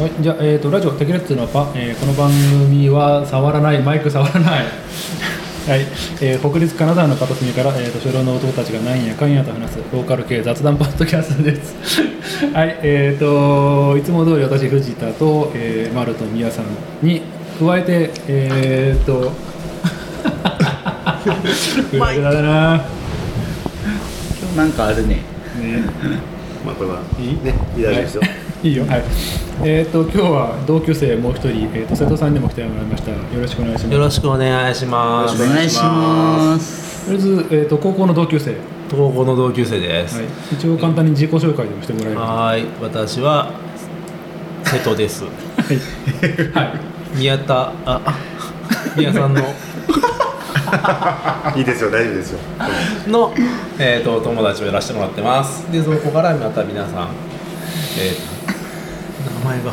はい、じゃあ、えー、とラジオテキレッツのパ、えーこの番組は触らないマイク触らない はい、えー国立金沢の片隅から、えー、と初老の男たちがなんやかんやと話すローカル系雑談パッドキャストです はいえっ、といつも通り私藤田と、えー、丸と宮さんに加えてえっ、とグ ダグダだな、ね、今日なんかあるねまあこれははいね、いい大丈夫ですよ。いいよ。はい。えっ、と今日は同級生もう一人、えっ、と瀬戸さんにも来てもらいました。よろしくお願いします。よろしくお願いしまおす。願いしますとりあえずえっ、と高校の同級生。は東高の同級生です。い。一応簡単に自己紹介でもしてもらいまはーい、私は瀬戸です。す。はい。はい。宮田ああ宮さんのいいですよ、大丈夫ですよ。のえっ、と友達をやらせてもらってます。でそこからまた皆さんえーと名前が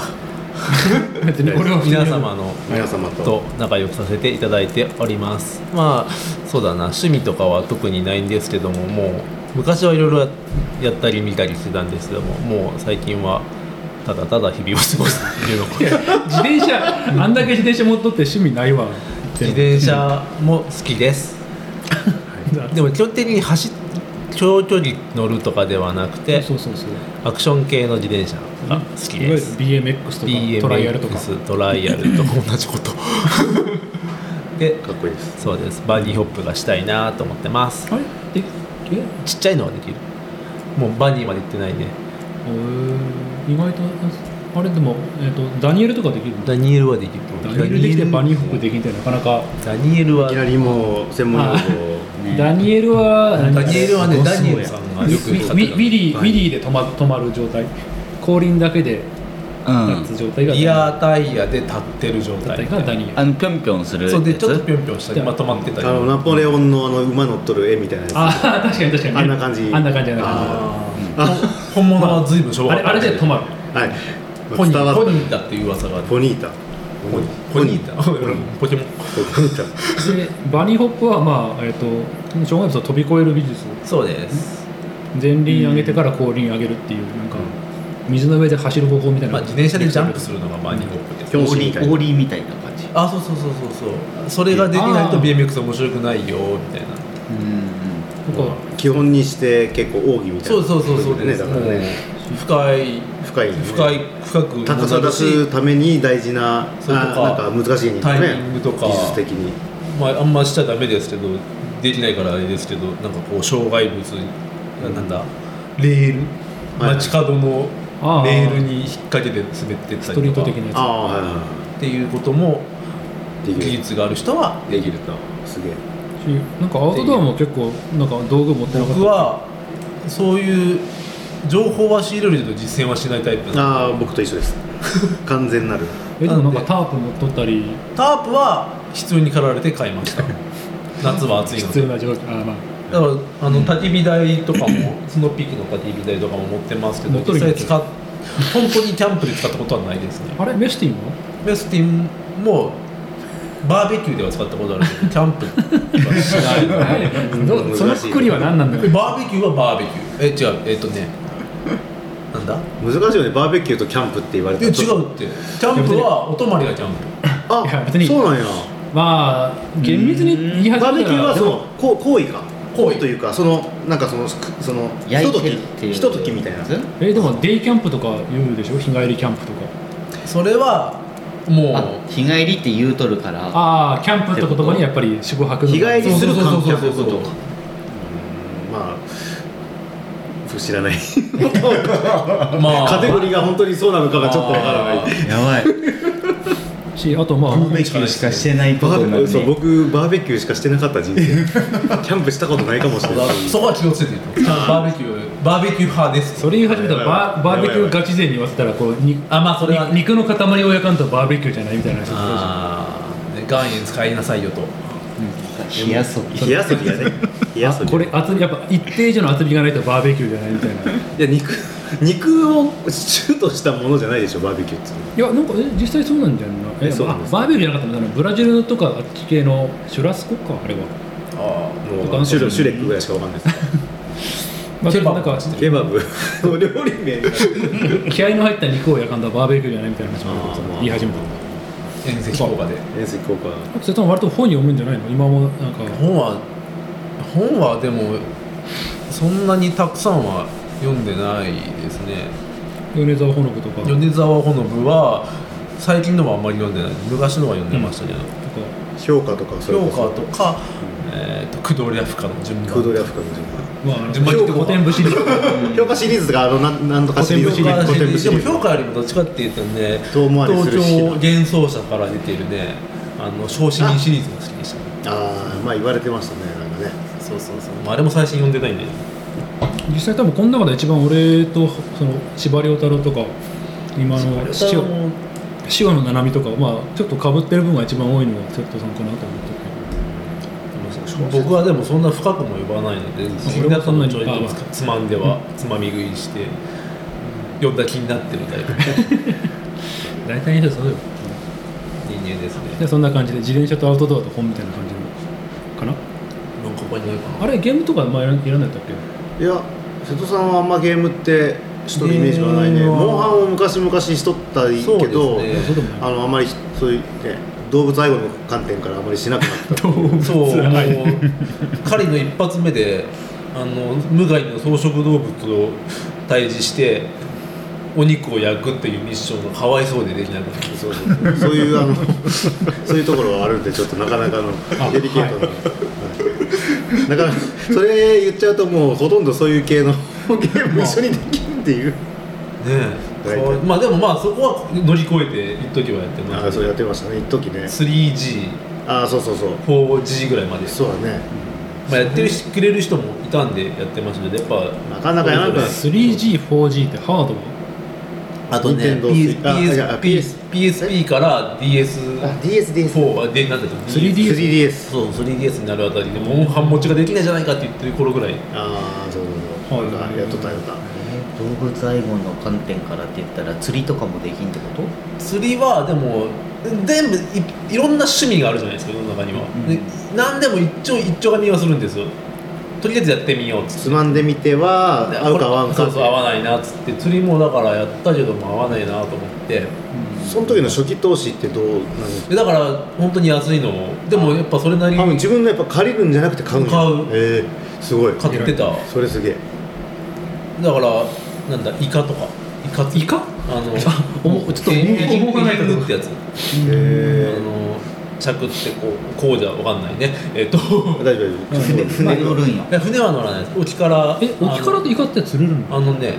別に俺は皆様の皆様とと。仲良くさせていただいておりますまあそうだな趣味とかは特にないんですけどももう昔はいろいろややったり見たりしてたんですけどももう最近はただただ日々を過ごすっていうのいや自転車あんだけ自転車持っとって趣味ないわ。 自転車も好きですでも基本的に走っ長距離乗るとかではなくてそうそうそう。アクション系の自転車が好きいわゆでるす BMX とかトライアルとか。 BMX トライアルとか同じこと でかっこいいです。そうですバニーホップがしたいなと思ってますはい。え、え、ちっちゃいのはできるもうバニーまで行ってないねえー意外とあれでもえっ、とダニエルとかできるの。ダニエルはできるダニエルできてバニーフックできんってなかなか。ダニエルはいきなりもう専門用語を。ねダニエルは何ダニエルはねすごいダニエルさんがよくミ買ってたミミリー、はいミリーで止ま止まる状態後輪だけでう立んつ状態がダニリエルアタイヤで立ってる状だった態りがダニエルあのぴょんぴょんするそうでやつちょっとぴょんぴょんしたりまあ止まってたありのナポレオンのあの馬乗っとる絵みたいなやつ。ああ確かに確かにあんな感じあんな感じあんな感あー本物は随分しょじぼあかっれたあれで止ま るはい。ポニ伝ーわっポたニーだっていう噂があるポニータ。ポニポニーだポニーポケモンポニータ。でバニーホップはまあえっ、と障害物を飛び越える技術そうです前輪上げてから後輪上げるっていうなんか水の上で走る方法みたいな、まあ自転車でジャンプするのがバニーホップですぴょんオーリーオーリーみたいな感じあそうそうそうそうそうそれができないとあー BMX 面白くないよみたいうなんなんか基本にして結構奥義みたいな。そうそうそうそうでね、す、だからね。もう深い深いよね。深い深く高さ戻出るすし、ために大事な、あそうとなかんか難しいんだタねイミングとか技術的に。まあ、あんましちゃダメですけどできないからあれですけどなんかこう障害物うんなんだレールはい街角のあーレールに引っ掛けて滑ってったストリりーとトか的っなやああ、はいはいはていうこともい。で技きる。術がある人はできると。すげえ。つしなんかアウトドアも結構なんか道具持ってなかった僕はそういう情報は仕入れるけど実践はしないタイプなのああ僕と一緒 です完全なるえでもなんかタープ持っとったりタープは必要に駆られて買いました 夏は暑いの必で要な状況あーまあだからあの焚き火台 とかもスノーピークの焚き火台とかも持ってますけど持っとる実んや際使っ本当にキャンプで使ったことはないですねあれメスティンはベスティンもバーベキューでは使ったことある けどキャンプはしないのでどうそのくくりは何なんだろえうバーベキューはバーベキューえ違うえっ、とねなんだ難しいよねバーベキューとキャンプって言われえたら違うちょっとってキャンプはお泊まりがキャンプあいや別にそうなんやまあ厳密に言い始めたらバーベキューはそのこう行為か行為というかそのなんかそのくそのひ焼といとてきるっていうひとときみたいなでもえでもデイキャンプとか言うでしょ日帰りキャンプとかそれはもあう日帰りって言うとるからああキャンプって言葉にやっぱり宿泊の日帰りする観そうそう客そうそうとかうそうんまあ僕知らないまあカテゴリーが本当にそうなのかがちょっとわからないやばいしあとまあーベ勉キュ強ーししかかししてないこバとーになベるねそう僕バーベキューしかしてなかった人生キャンプしたことないかもしれないそこは気をつけていこうバーベキューバーベキュー派ですそれ言い始めたらバーやばバいーやばいベキューガチ勢に言わせたらこうにあまあそれはね肉の塊を焼かんとバーベキューじゃないみたいな話をするじゃんああ岩塩使いなさいよと火遊び火遊びやね火遊びこれ厚みやっぱ一定以上の厚みがないとバーベキューじゃないみたいないいや肉 肉をシュートしたものじゃないでしょバーベキューってやなんかえ実際そうなんじゃんなええそうまなあんですバーベキューじゃなかったのブラジルとかあっち系のシュラスコかあれはあ もうシュレシュレックぐらいしかわかんないですまあ、ケバブなんかケバブの料理名が気合の入った肉を焼かんだバーベキューじゃないみたいな話もあーまあ言い始めた遠赤効果で遠赤効果それとも割と本読むんじゃないの今もなんか本は本はでもそんなにたくさんは読んでないですね米沢ほのぶとかとか米沢ほのぶは最近のはあんまり読んでない昔のは読んでましたけど、評価とかそれ評こそ価とか、えー、と工藤レアフカの順番クードリアフカの順まああの順番に言ってこう古典武士に番評価シリーズがあのなんなんとかシリーズ評価古典部シでリもーズ評価よりもどっちかっていうとね遠回りす東るし京幻想者から出てるねあの小市民シリーズが好きでしたねああまあ言われてましたねなんかねそうそうそうまああれも最新読んでないんで実際多分この中で一番俺とその司馬遼太郎とか今の私は塩もう塩野七海とかまあちょっとかぶってる部分が一番多いのが瀬戸さんかなと思って僕はでもそんな深くも呼ばないので気になったのをちょいとつかつまんではつまみ食いして呼んだ気になってみたいな 大体の人そうよ人間ですねでそんな感じで自転車とアウトドアと本みたいな感じのかななんか他にないかなあれゲームとか前いらんだったっけいや瀬戸さんはあんまゲームってしとるイメージはないねゲームはモンハンを昔々しとったいいそうけですど、ねそうでもないあのあまりひそういう、ね、動物愛護の観点からあまりしなくなったそうもう辛い狩りの一発目であの無害の草食動物を退治してお肉を焼くっていうミッションがかわいそうでできなくなるそうそうそうそういうあの そういうところはあるんでちょっとなかなかのデリケートな、はいなかなかそれ言っちゃうともうほとんどそういう系のゲーム一緒にできるっていうねえ大体かわいまあでもまあそこは乗り越えて一時はやってあまあすそうやってましたね一時ね 3G4G ああそうそうそうぐらいまでそうだねまあ、やってるしくれる人もいたんでやってましたけどやっぱなかなかやらなくなる 3G4G ってハードあとね Nintendo PS Switch あいや PS PSP から DS4 DSDS3DS はでになってた 3D そう 3DS になるあたりでモンハン持ちができないじゃないかって言ってる頃ぐらいああそうそうそうはいやっとったやっとった動物愛護の観点からって言ったら釣りとかもできんってこと釣りはでも全部いいろんな趣味があるじゃないですか世の中には、んで何でも一丁一丁が見はするんですよとりあえずやってみようっつってつまんでみてはで合うか合わんかそうそう合わないなっつって釣りもだからやったけども合わないなと思ってその時の初期投資ってどうなでだから本当に安いのをでもやっぱそれなりのあもうに自分のやっぱ借りるんじゃなくて買うんや買うええすごい買ってたそれすげえだからなんだイカとかイカイカあのおもちょっとエンエン重くないけどエングってやつ、あえの着ってこうこうじゃわかんないねえっとえ 大丈夫大丈うん夫船乗るんやいや船は乗らないです沖からえ沖からってイカって釣れるのあのあのね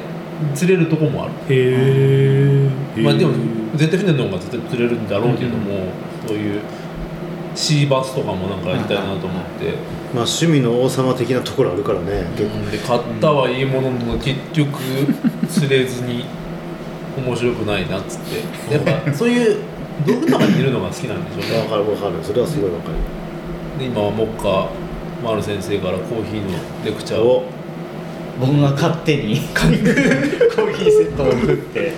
釣れるとこもある、へえまあ、でも絶対船の方が絶対釣れるんだろうけども、そういうシーバスとかもなんかやりたいなと思って、まあ趣味の王様的なところあるからね結構で買ったはいいものの結局釣れずに面白くないなっつってやっぱそういう道具とかに出るのが好きなんでしょうわねかるわかるそれはすごいわかるで今はもっか丸先生からコーヒーのレクチャーをお僕が勝手に コーヒーセットを送って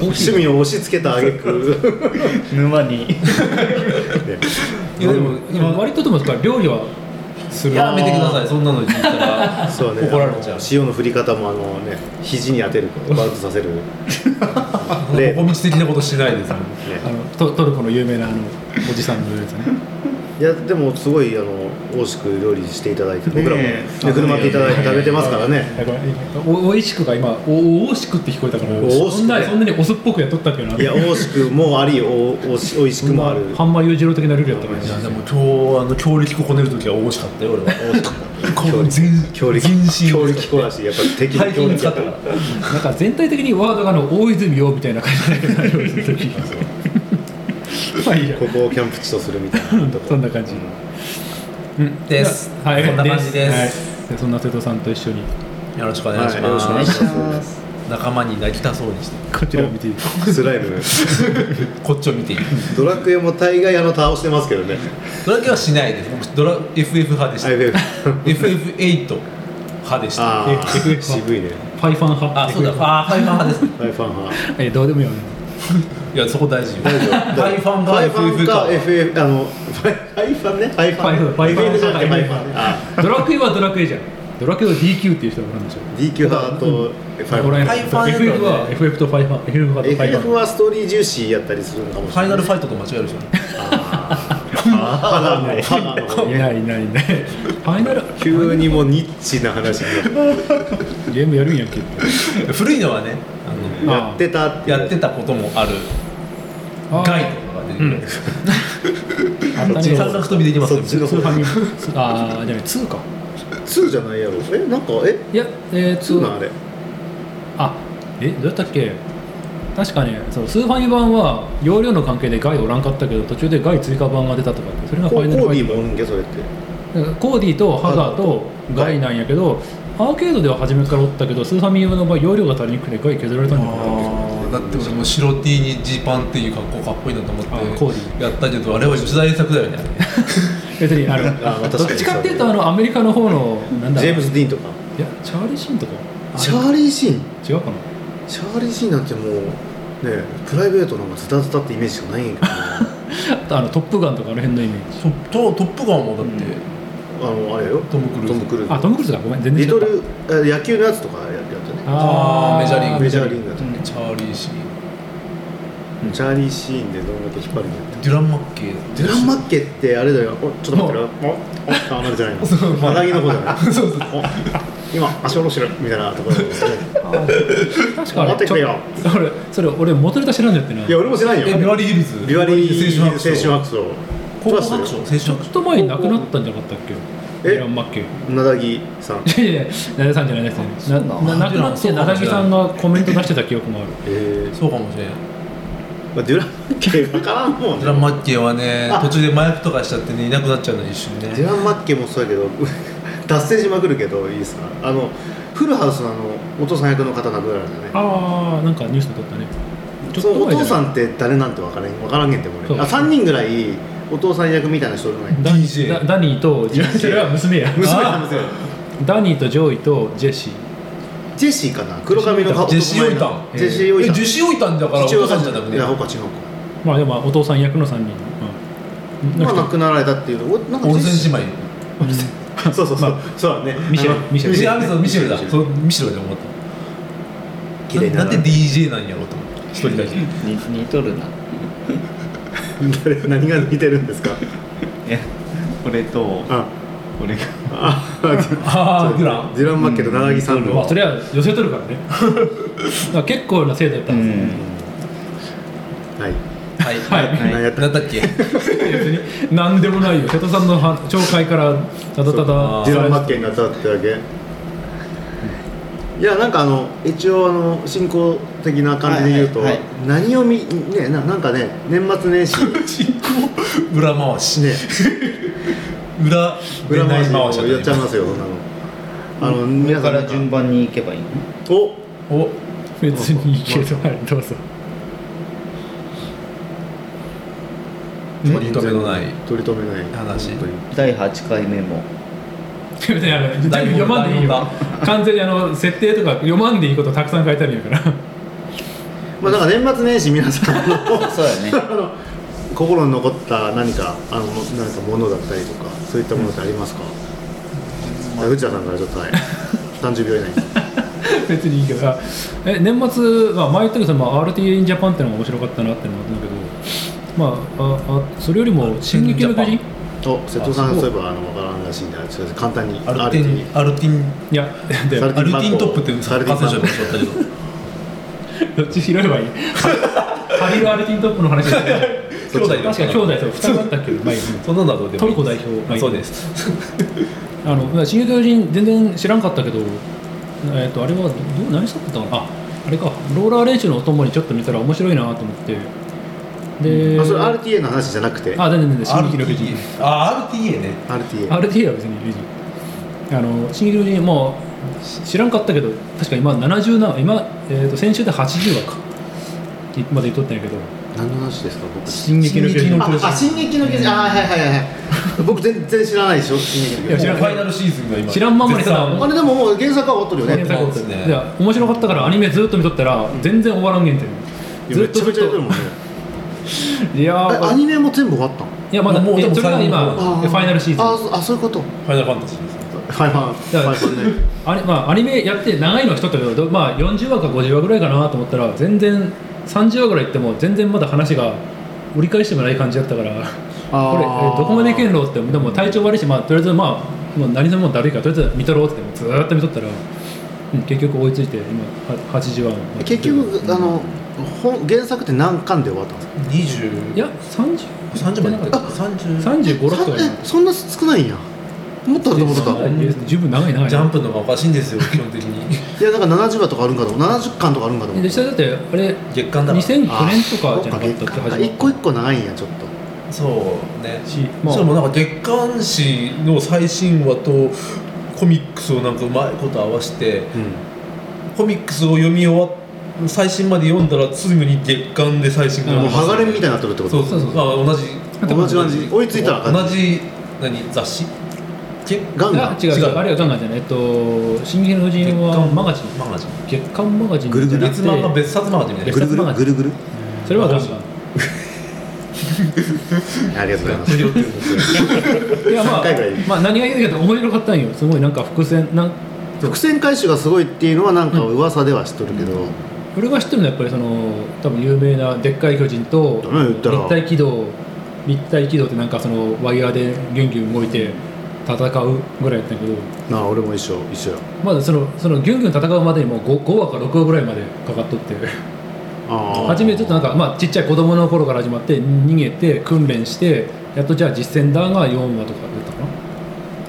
趣味を押し付けた挙句 沼に いやでもでも割とでもそっか料理はするやめてくださいそんなの聞いたらそうね怒られちゃう塩の振り方もあのね肘に当てるバウンドさせるでお道的なことしないですもんねあのトトルコの有名なあのおじさんのやつねいやでもすごいあの美味しく料理していただいて僕らも、ねね、え振る舞っていただいて食べてますからねえこれおおいしくが今おおいしくって聞こえたからおおいしくそんなそんなにおすっぽくやっとったっけないや美味しくもありおおし美味しくもあるハンマー裕次郎的なルールやったからいやでねも今日あの強力粉こねる時は美味しかったよ俺は美味しかっこう全強力全身強力粉だしやっぱ敵大の強金力使やっったたからなんか全体的にワードがあの大泉洋みたいな感じになるようになった時まあいいや ここをキャンプ地とするみたいなとこそんな感じですはいこんな感じですはいでそんな瀬戸さんと一緒によろしくお願いしはいよろしくお願まいしますす仲間に泣きたそうにしてこちらを見ていいスライムこっちを見ているドラクエも大概あの倒してますけどねドラケはしないです僕ドラ FF 派でした IFF FF8 派でしたああ FF 渋いねパイファン派あそうだあーファイファン派ですね大ファン派えどうでもいいよねいやそこ大事よファイファンが大ファ FF ンかか FF あのファイファンねファイファンファイファンファイファンじゃなくてファイファンねあドラクエはドラクエじゃんドラクエの DQ っていう人がおるんでしょ DQ 派とファイご覧になフっァイてファン FF は FF とファイファン FF 派とファイフ FF ァンはストーリー重視やったりするのかもしファれイなナいルファイトと間違えるじゃん肌の肌の方いないいないいないファイナル急にもうニッチな話になっゲームやるんやっけって古いのはねあてのやってたってやってたこともあるあーガイとかが出てくるあったね三角飛びできますそよっちのス方ーファミああじゃない2か2じゃないやろえなんかえいやえー、 2なんあれあえどうやったっけ確かねそうスーファミ版は容量の関係でガイおらんかったけど途中でガイ追加版が出たとかってそれがフコァイナルーファデイィトもおるんけそれってだからコーディとハガーとガイなんやけどアーケードでは初めからおったけどスーファミの場合容量が足りにくくてガイ削られたんじゃないかなあーだって俺も白 T にジーパンっていう格好かっこいいなと思あーコーってやったけどあれは吉田栄作だよね別にあのあまあ確かどにっちかっていうとあのアメリカの方のなんだジェームズ・ディーンとかいやチャーリー・シーンとかチャーリー・シーン違うかなチャーリー・シーンなんてもうねプライベートなんかズタズタってイメージしかないんやけどなあとあの「トップガン」とかあの辺のイメージトトトップガンもだって、うんあのあれよトムクルーズトム・クルーズあトム・クルーズだごめん全然リ違トったルあ野球のやつとかやってたねあメジャーリーグメジャーリーグだとチャーリーシーチャーリー・シーンでどんだけ引っ張るんやってデュラン・マッケーデュラン・マッケってあれだよおちょっと待ってるおおああれじゃないの肌着の方じゃないそうそう今足下ろしてるみたいなところで確かあれ待ってくれよちょっと俺それ俺元ネタ知らんじゃってないや俺もしないよえビバリーヒルズビバリー青青春白春書白書高校白書青春ちょ白っ書と前に亡くなったんじゃなかったっけえデュラン・マッケイなだぎさんいやいや奈良さんじゃないですねななあ亡くなっそてうなん奈だ良木さんがコメント出してた記憶もあるえそうかもしれなーいまあデュラン・マッケ分からんもんねデュラン・マッケーはねあ途中で麻薬とかしちゃってねいなくなっちゃうの一瞬デュねラン・マッケもそうやけど 達成しまくるけどいいですかあのフルハウスのあのお父さん役の方亡くなられたねああなんかニュースで撮ったねちょっそのとお前父ださよんって誰なんて分からん分からんげんてそう俺あ3人ぐらいお父さん役みたいな人いないダ DJ ダダニーとジェシーそれは娘や娘あ娘ーダニーとジョイとジェシージェシーかな黒髪の顔ジェシー・オイタンジェシー・オイえタンジェシー・オイタンだからお父さんじゃなくいてや他違うかまあでもお父さん役の3人うんまあの亡人くなられたっていうおなんかオルジェセシンー姉妹 そうそうそうそうだねミシェルあのミシェルミシェルアミソンミシェルだそうミシェルだと思っ綺た麗なだなんで DJ なんやろうと思って一人だけに似とるな 誰何が似てるんですかえ俺とあ俺があああデュランデュラン・マッケと長木さんまあのそれは寄せとるからねまあ結構な精度やったんですねはいはいはい何やったなんだっけ別に何でもないよ瀬戸さんのは紹介からただただあーデュラン・マッケンになったってだけいやなんかあの一応あの進行的な感じで言うと、はいはい何を見ねななんかね年末年始ね裏回し裏裏回し電話をやっちゃいますよそんなのあの皆ださかんならんか順番に行けばいいのおお別にいいけどはいどうぞ取り留めのない取り留めない話本当に第8回目も別にあの全部台本読まんでいい台よ本完全にあの設定とか読まんでいいことたくさん書いてあるんやから まあなんか年末年始皆さんあの そうだね心に残った何かあの何かものだったりとかそういったものってありますか、あ藤田さんからちょっとはい30秒以 内に別にいいけどあえ年末、まあ、前言ったけど、まあ、RTA in Japan ってのが面白かったなってのはあったんだけどまあああそれよりも「進撃の巨人」お瀬戸さんあそういえばあの分からんらしいんでちょっと簡単にアルテ RT ィンアルティンいやでサルアルティントップってサルティンカセットだったけどどっち拾えばいいハリル・アルティントップの話じゃない兄弟確かに兄弟そう2人だったっけど、まあいいやそんなのはどうでもいいトルコ代表はいそうです あの、まあ進撃の巨人全然知らんかったけど、えっ、とあれはどう何作ってたの？あ、あれか。ローラー練習のお供にちょっと見たら面白いなと思って。で、あそれ RTA の話じゃなくてあ、全然全然進撃の巨人 RTA。あ RTA ね RTA RTA は別にいいしあの進撃の巨人もうし知らんかったけど、確か今70な今えっ、と先週で80話か。いまで言っとったんやけど、何の話ですか僕進撃の巨進撃人。の巨ああ進撃の巨人あーはいはいはいはい僕全 然知らないでしょ進撃のい巨や知ら人んもうファイナルシーズンが今知らんまんまにさ絶賛あれでももう原作は終わっとるよね原作そうですねいや面白かったからアニメずっと見とったら全然終わらんげんていやめちゃめちゃやってるもんねいやあーアニメも全部終わったのいやまだもうえでもそれが最後今のファイナルシーズンああそういうことファイナルファンタジーですファイファンフだかァらイファンねあれまあ、アニメやって長いのは一人だけど、まあ、40話か50話ぐらいかなと思ったら全然30話ぐらいいっても全然まだ話が折り返してもない感じだったからあーこれえどこまでいけんろうってでも体調悪いし、まあ、とりあえず、まあ、もう何でもだるいからとりあえず見とろうって言ってずーっと見とったら、うん、結局追いついて今は80話まで結局あの本原作って何巻で終わったんですか20いや30 30までなかった30 35、6とかえそんな少ないんやもっとあると思ってたいや十分長い長いジャンプの方がおかしいんですよ基本的にいやなんか70話とかあるんかと思う70巻とかあるんかと思う実際だってあれ月間だから2009年あとかじゃなかったっけそっか始ま一った個一個長いんやちょっとそうねしまあしかもなんか月刊誌の最新話とコミックスをなんかうまいこと合わせてうんコミックスを読み終わっ最新まで読んだらすぐに月刊で最新がもう出ます剥がれんみたいになってるってこそうとそうそうあ同じ同じ感じ追いついたら感じ同じ何雑誌月ガンガあン違う違違ううあれはガンガンじゃないえっと「進撃の婦人」はマガジンマガジン月刊マガジンぐるぐるじゃなく別て漫画別冊マガジンみたいぐるぐるぐるぐるそれはガンガありがとうございなます無料っていうんですよンいやまあ三回ぐらいまあ何が言うけど面白かったんよすごいなんか伏線なん伏線回収がすごいっていうのはなんか噂では知っとるけど、俺が知ってるのはやっぱりその多分有名なでっかい巨人とだね言ったら立体軌道立体軌道ってなんかそのワイヤーでギュンギュン動いて戦うぐらいやったんやけどなあ俺も一緒一緒やまだそのそのギュンギュン戦うまでにもう 5, 5話か6話ぐらいまでかかっとってあー初めちょっとなんか、まあ、ちっちゃい子供の頃から始まって逃げて訓練してやっとじゃあ実践だが4話とかだったかな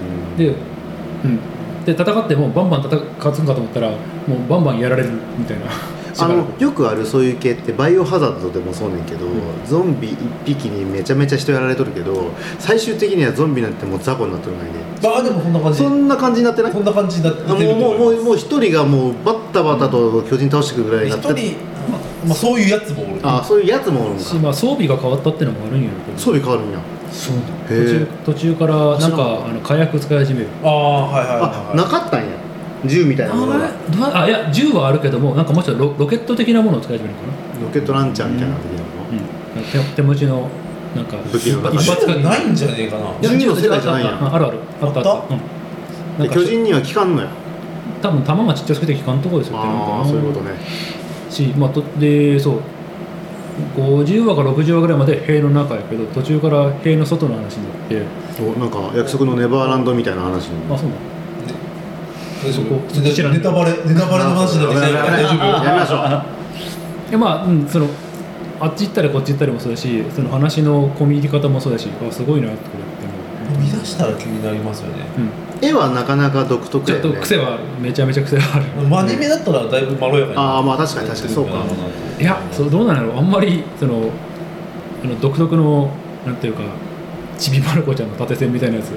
うんで,、うん、で戦ってもうバンバン戦勝つんかと思ったらもうバンバンやられるみたいなあのよくあるそういう系ってバイオハザードでもそうねんけど、ゾンビ1匹にめちゃめちゃ人やられとるけど最終的にはゾンビなんてもう雑魚になってるないねまあでもこんな感じそんな感じになってないこんな感じになってあもるうともうも思いうもう一人がもうバッタバタと巨人倒してくるぐらいになまってす一人まあまあそういうやつもおるあそういうやつもおるんかしまあ、装備が変わったっていうのもあるんやろうけど装備変わるんやそうなの途へえ中途中からなん知らんかあの火薬使い始めるああはいはいあはいなはいかったんや銃みたいなものがどうあいや銃はあるけどもなんかもうちょっとロロケット的なものを使い始めるのかな、ロケットランチャーみたいなのができるのうん、手手持ちのなんか武器の中一で発かないんじゃねえかないや銃の世界じゃないんや違う違うああるあるあったああっ、ったうん、なんでか巨人には効かんのや多分弾がちっちゃすぎて効かんとこですよってるのかあなあーそういうことねし、まあ、とでそう50話か60話ぐらいまで塀の中やけど途中から塀の外の話になっておなんか約束のネバーランドみたいな話にあそうなの大丈こ夫こちらのネタバレネタバレの話になってきたやよめ大や丈夫めやめましょうでまあ、うん、そのあっち行ったりこっち行ったりもそうだしその話の込み入り方もそうだしあすごいなってこれって思う見出したら気になりますよねうん絵はなかなか独特ちょだっよとね癖はあるめちゃめちゃ癖はある真面目だったらだいぶまろやかにああまあ確かに確かにそうかいやそうどうなんだろうあんまりそのあの独特のなんていうかちびまる子ちゃんの縦線みたいなやつい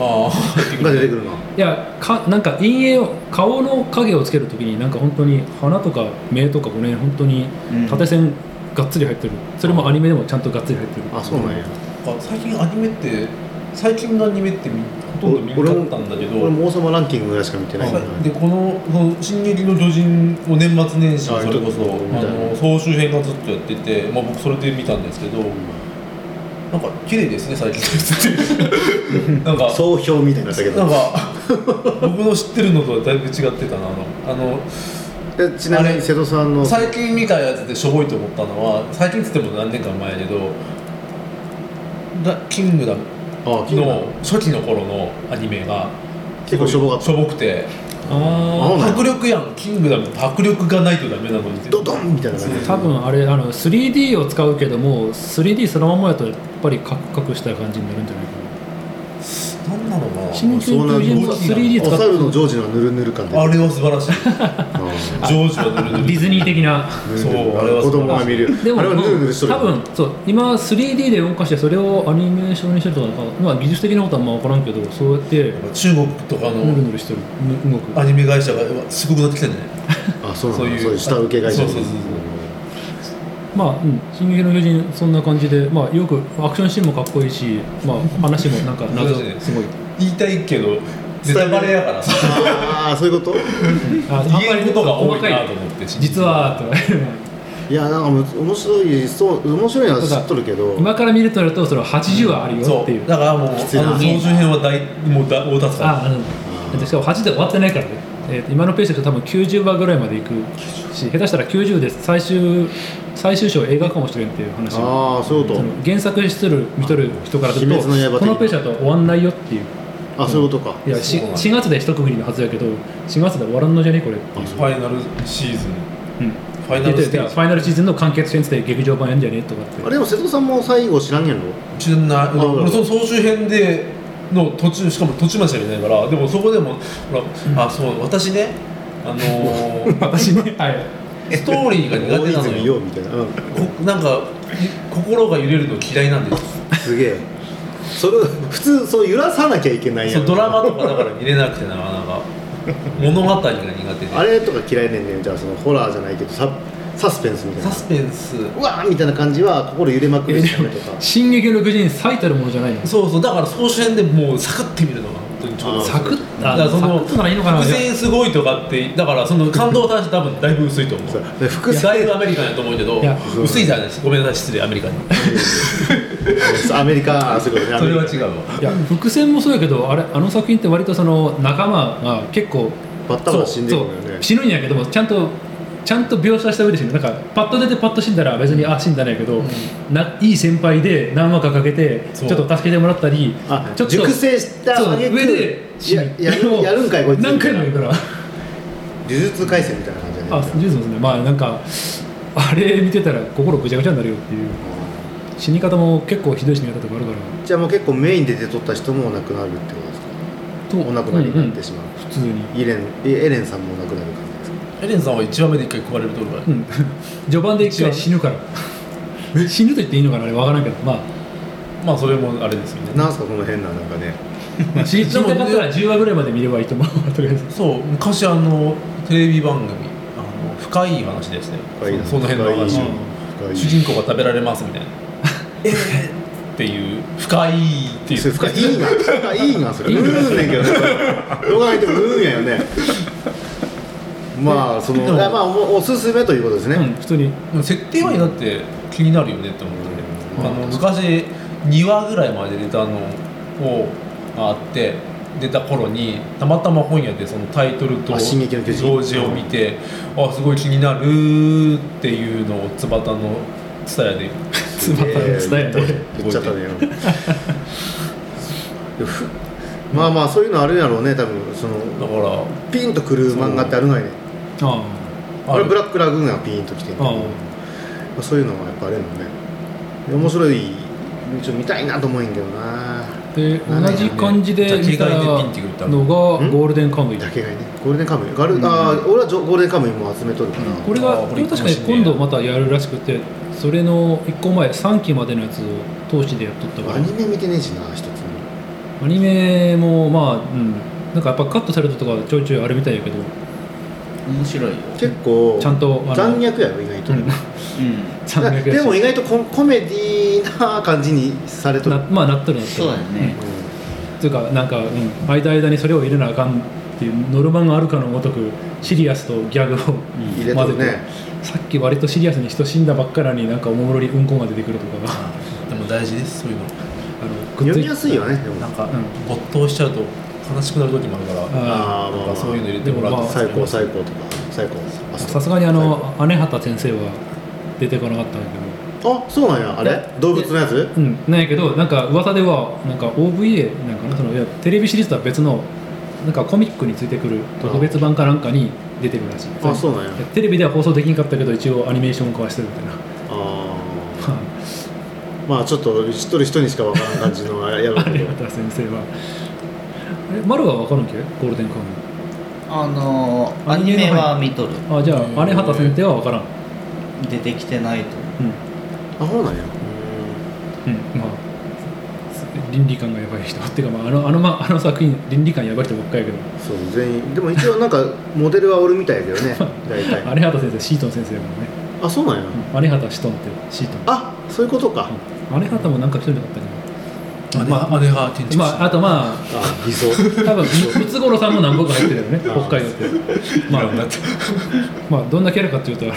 ああが出てくるなやかなんか陰影を顔の影をつけるときになんか本当に鼻とか目とかこの辺本当に縦線がっつり入ってる、それもアニメでもちゃんとがっつり入ってるあそうなんやあ最近アニメって最近のアニメってみほとんど見なかったんだけ俺ども王様ランキングぐらいしか見てないんだよでこの「この進撃の巨人」を年末年始そはいれこそ見あたの総集編がずっとやってて、まあ、僕それで見たんですけどなんか綺麗ですね最近のやつって なんか総評みたいになったけなんどか僕の知ってるのとはだいぶ違ってたなあのあのえちなみあにれ瀬戸さんの最近見たやつでしょぼいと思ったのは最近っつっても何年か前やけど「ラキングダムあ」昨日の初期の頃のアニメが結構しょぼかったしょぼくてあそうなんや迫力やん「キングダム」迫力がないとダメなのにドドンみたいな感じ多分あれあの 3D を使うけども 3D そのままやとやっぱりカクカクした感じになるんじゃないか何なのかなな新そう旧なん巨人だは 3D お使っ猿のてジョージのぬるぬる感であれは素晴らしいあジョージはぬるぬるディズニー的なーそうぬるぬるあれは子供が見るでもあれはぬるぬるしとる多分そう今 3D で動かしてそれをアニメーションにしてるとかなんか、まあ、技術的なことはあんま分からんけどそうやって中国とかぬるのぬるしてるぬ動くアニメ会社がうわすごくなってきたねあそうなんだそうそういういう下請け会社そうそうそうそうまあうん「進撃の巨人」そんな感じで、まあ、よくアクションシーンもかっこいいし、まあ、話もなんか謎そうですねすごい言いたいけどネタバレやからさああそういうことあ言えることが多いなと細か思って実はとか言ういやなんかむ面白いそう面白いのは知っとるけど今から見るとなるとその80はあるよそっていううだからもうあきついなの総集編は大もうだ大助かああのあでしかも8で終わってないからね、えー今のペースで多分90話ぐらいまでいくし下手したら90で最終最終章映画化もしてるっていう話をああそういうこその原作出る見とる人からする鬼と滅の刃的こなのペースだと終わんないよっていうとあそういうことかいやしそうなんだ4月で一区切りのはずやけど4月で終わらんのじゃねこれっていうファイナルシーズンうんファイナでルでステでーファイナルシーズンの完結編つって劇場版やんじゃねとかってあれでも瀬戸さんも最後知らんやんのジ知らないあ俺その総集編での途中しかも途中までしか見てないからでもそこでもほら、あそう私ねあの ー私ねはいストーリーが苦大手なの泉よ洋みたいな、うん、こなんかい心が揺れるの嫌いなんですすげえそれ普通そう揺らさなきゃいけないやそんうドラマとかだから見れなくてなかなか物語が苦手であれとか嫌いねんねんじゃあそのホラーじゃないけどササスペンスみたいサなスペンスうわーみたいな感じは心揺れまくるしねとか進撃の巨人最たるものじゃないのそうそうだから総集編でもうサクッて見るのが本当にちょうどあーサクッだあからそサのクッとならいいのかな伏線すごいとかってだからその感動を足して多分だいぶ薄いと思そうう複数だいぶアメリカンやと思うけどいや薄いじゃないですごめんなさい失礼アメリカンにアメリカあそういうことねそれはアメリ違うわいや伏線もそうやけどあれあの作品って割とその仲間が結構カバッタは死んでるんそだうよそうね死ぬんやけどもちゃんとちゃんと描写した上で死ぬなんかパッと出てパッと死んだら別にあ死んだねやけど、ないい先輩で何話かかけてちそょうっと助けてもらったりあちょっと熟成したそう挙句上で死ぬややるやるんかいこいつ何回も言うから呪術廻戦みたいな感じあだっねジュースですねまあなんかあれ見てたら心ぐちゃぐちゃになるよっていう死に方も結構ひどい死に方とかあるからじゃあもう結構メインで出とった人も亡くなるってことですかとお亡くなりになってうんしまう、うん普通に、イレンエレンさんも亡くなる感じですかエレンさんは1話目で1回食われるところがうん、 序盤で一回死ぬから 死ぬと言っていいのかなあれ分からんけどまあまあそれもあれですよねなんすかこの変ななんかねまあ死にたかったら10話ぐらいまで見ればいいと思う とりあえずそう昔あのテレビ番組あの深い話ですねその辺の話を深い主人公が食べられますみたいなえー っていう深いっていう深いいいな深いいなそれうーんねんけどねどう考えてもうーんやよねまあそのでもあまあおおすすめということですね、うん普通にでも設定はだって気になるよねって思って、うんあの昔2話ぐらいまで出たのをあって出た頃にたまたま本屋でそのタイトルとあ進撃の巨人同時を見て、あすごい気になるっていうのをつばたの蔦屋でつまったえー伝えて言っちゃった ねふまあまあそういうのあるやろうね多分そのだからピンとくる漫画ってあるのよねああれブラックラグーンがピンときてんけどああまあそういうのはやっぱあるのねで面白いちょっと見たいなと思うんやけどなあでなんだ同よねじ感じで見たじゃあ着替えてピンって言ったののがゴールデンカムイだけがねゴールデンカムイガル、あー俺はジョゴールデンカムイも集めとるから、これあがーこれは確かこにれいいかもしれん今度またやるらしくてそれの1個前3期までのやつを当時でやっとったからアニメ見てねえしな一つもアニメもまあうんなんかやっぱカットされたとかちょいちょいあるみたいやけど面白いよ結構ちゃんとあの残虐やろ意外と、うん うん残だ虐やしでも意外とココメディーな感じにされとるなまあなっとるなっとそうるだよねというかなんか、うん、間間にそれを入れなあかんっていうノルマがあるかのごとくシリアスとギャグをうん入れとる混ぜねてさっき割とシリアスに人死んだばっかりになんかおもむろにうんこが出てくるとかがでも大事ですそういうのあの読みやすいよねでなんもか、うん没頭しちゃうと悲しくなる時もあるからああーまあなんまかあそういうの入れてもらうでともまあ最高最高とか最高あそうさすがにあの姉畑先生は出てこなかったんだけどあそうなんやあれ動物のやつうんなんやけどなんか噂ではなんか OVA なんかなそのいやテレビシリーズとは別のなんかコミックについてくる特別版かなんかに出てくるらしいあそうなんやテレビでは放送できなかったけど一応アニメーション化はしてるみたいなあーまあちょっと知っとる人にしかわからん感じのあれや ろうけ有ど畑先生はえ丸は分かるんけゴールデンカムあのー、アアニニメメのは見とるイあじゃうあん有畑先生は分からん出てきてないとうんあそうなんやうんまあ倫理観がやばい人 っていうか、まあ、あのあの,、まあ、あの作品倫理観やばい人ばっかりやけどそう全員でも一応なんかモデルはおるみたいだよね大体有畑先生シートン先生だからねあそうなんや、うん有畑シトンってシートンあそういうことか、うん有畑もなんか一人だったけどまあ、姉派建築士、まあ、あとまああ偽装多分ムツゴロウさんも南北入ってるよねあー北海道ってまあだってまあ、どんなキャラかというとあの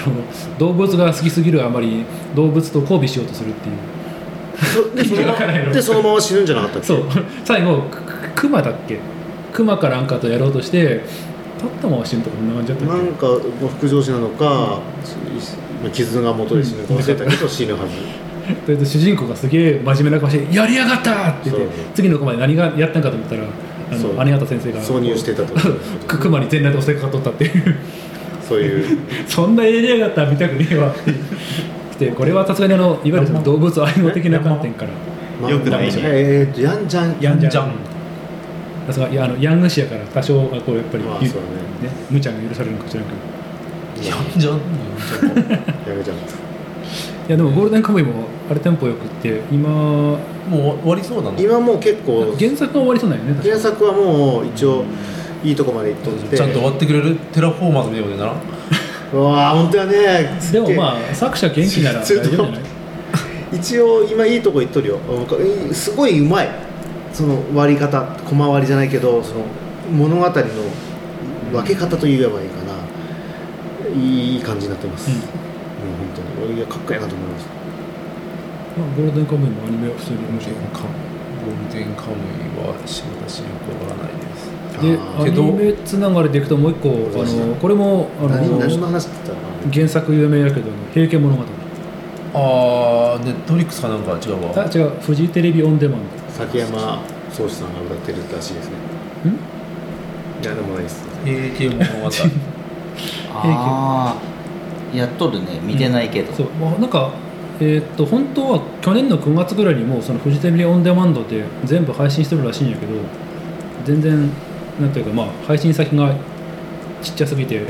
動物が好きすぎるあまり動物と交尾しようとするっていうそでそのわからんやまろ でそのまま死ぬんじゃなかったっけそう最後クククマだっけ熊かなんかとやろうとして立ったまま死ぬとかそんな感じだったなっんかまあ副上司なのか、まあ傷が元で死ぬか忘れたけど死ぬはずけとりあえず主人公がすげえ真面目な顔して「やりやがった!」って言ってそう次のコマで何がやったんかと思ったらあそのう姉方先生が挿入してたとく熊に全裸で襲いかかっとったっていう そういうそんなエリアがあったら見たくねえわっていう 来てこれはさすがにあのいわゆるその動物愛護的な観点からよくないねえーとヤンジャンヤンジじゃャンんさすがいやあのヤング氏やから多少はこうやっぱり、まあゆそうね無茶が許されるのかもしれないけどねやんじゃんヤングジャンいやでもゴールデンカムイもあれテンポよくって今もう終わりそうなの今もう結構原作が終わりそうなんよね確か原作はもう一応いいとこまでいっとってちゃんと終わってくれるテラフォーマーズみたいなことにならんうわー本当やねでもまあ作者元気なら大丈夫じゃない一応今いいとこいっとるようんすごいうまいその割り方小回りじゃないけどその物語の分け方と言えばいいかないい感じになってます、うんうん、本当にいやかっこいいなと思いますまあゴールデンカムイもアニメは普通に面白いゴールデンカムイは仕事しよくわからないですでアあーけどニメつながりでいくともう一個そうあですのねこれもあー何何のの話って言ったの原作有名だけど「平家物語」ああネットフリックスかなんかは違うあわ違うフジテレビオンデマン崎山壮志さんが歌ってるらしいですねドんいやでもないです平家物語ああやっとるね見てないけど、そう、まあ、なんかえーっと本当は去年の9月ぐらいにもうそのフジテレビオンデマンドで全部配信してるらしいんやけど全然なんていうかまあ配信先がちっちゃすぎてう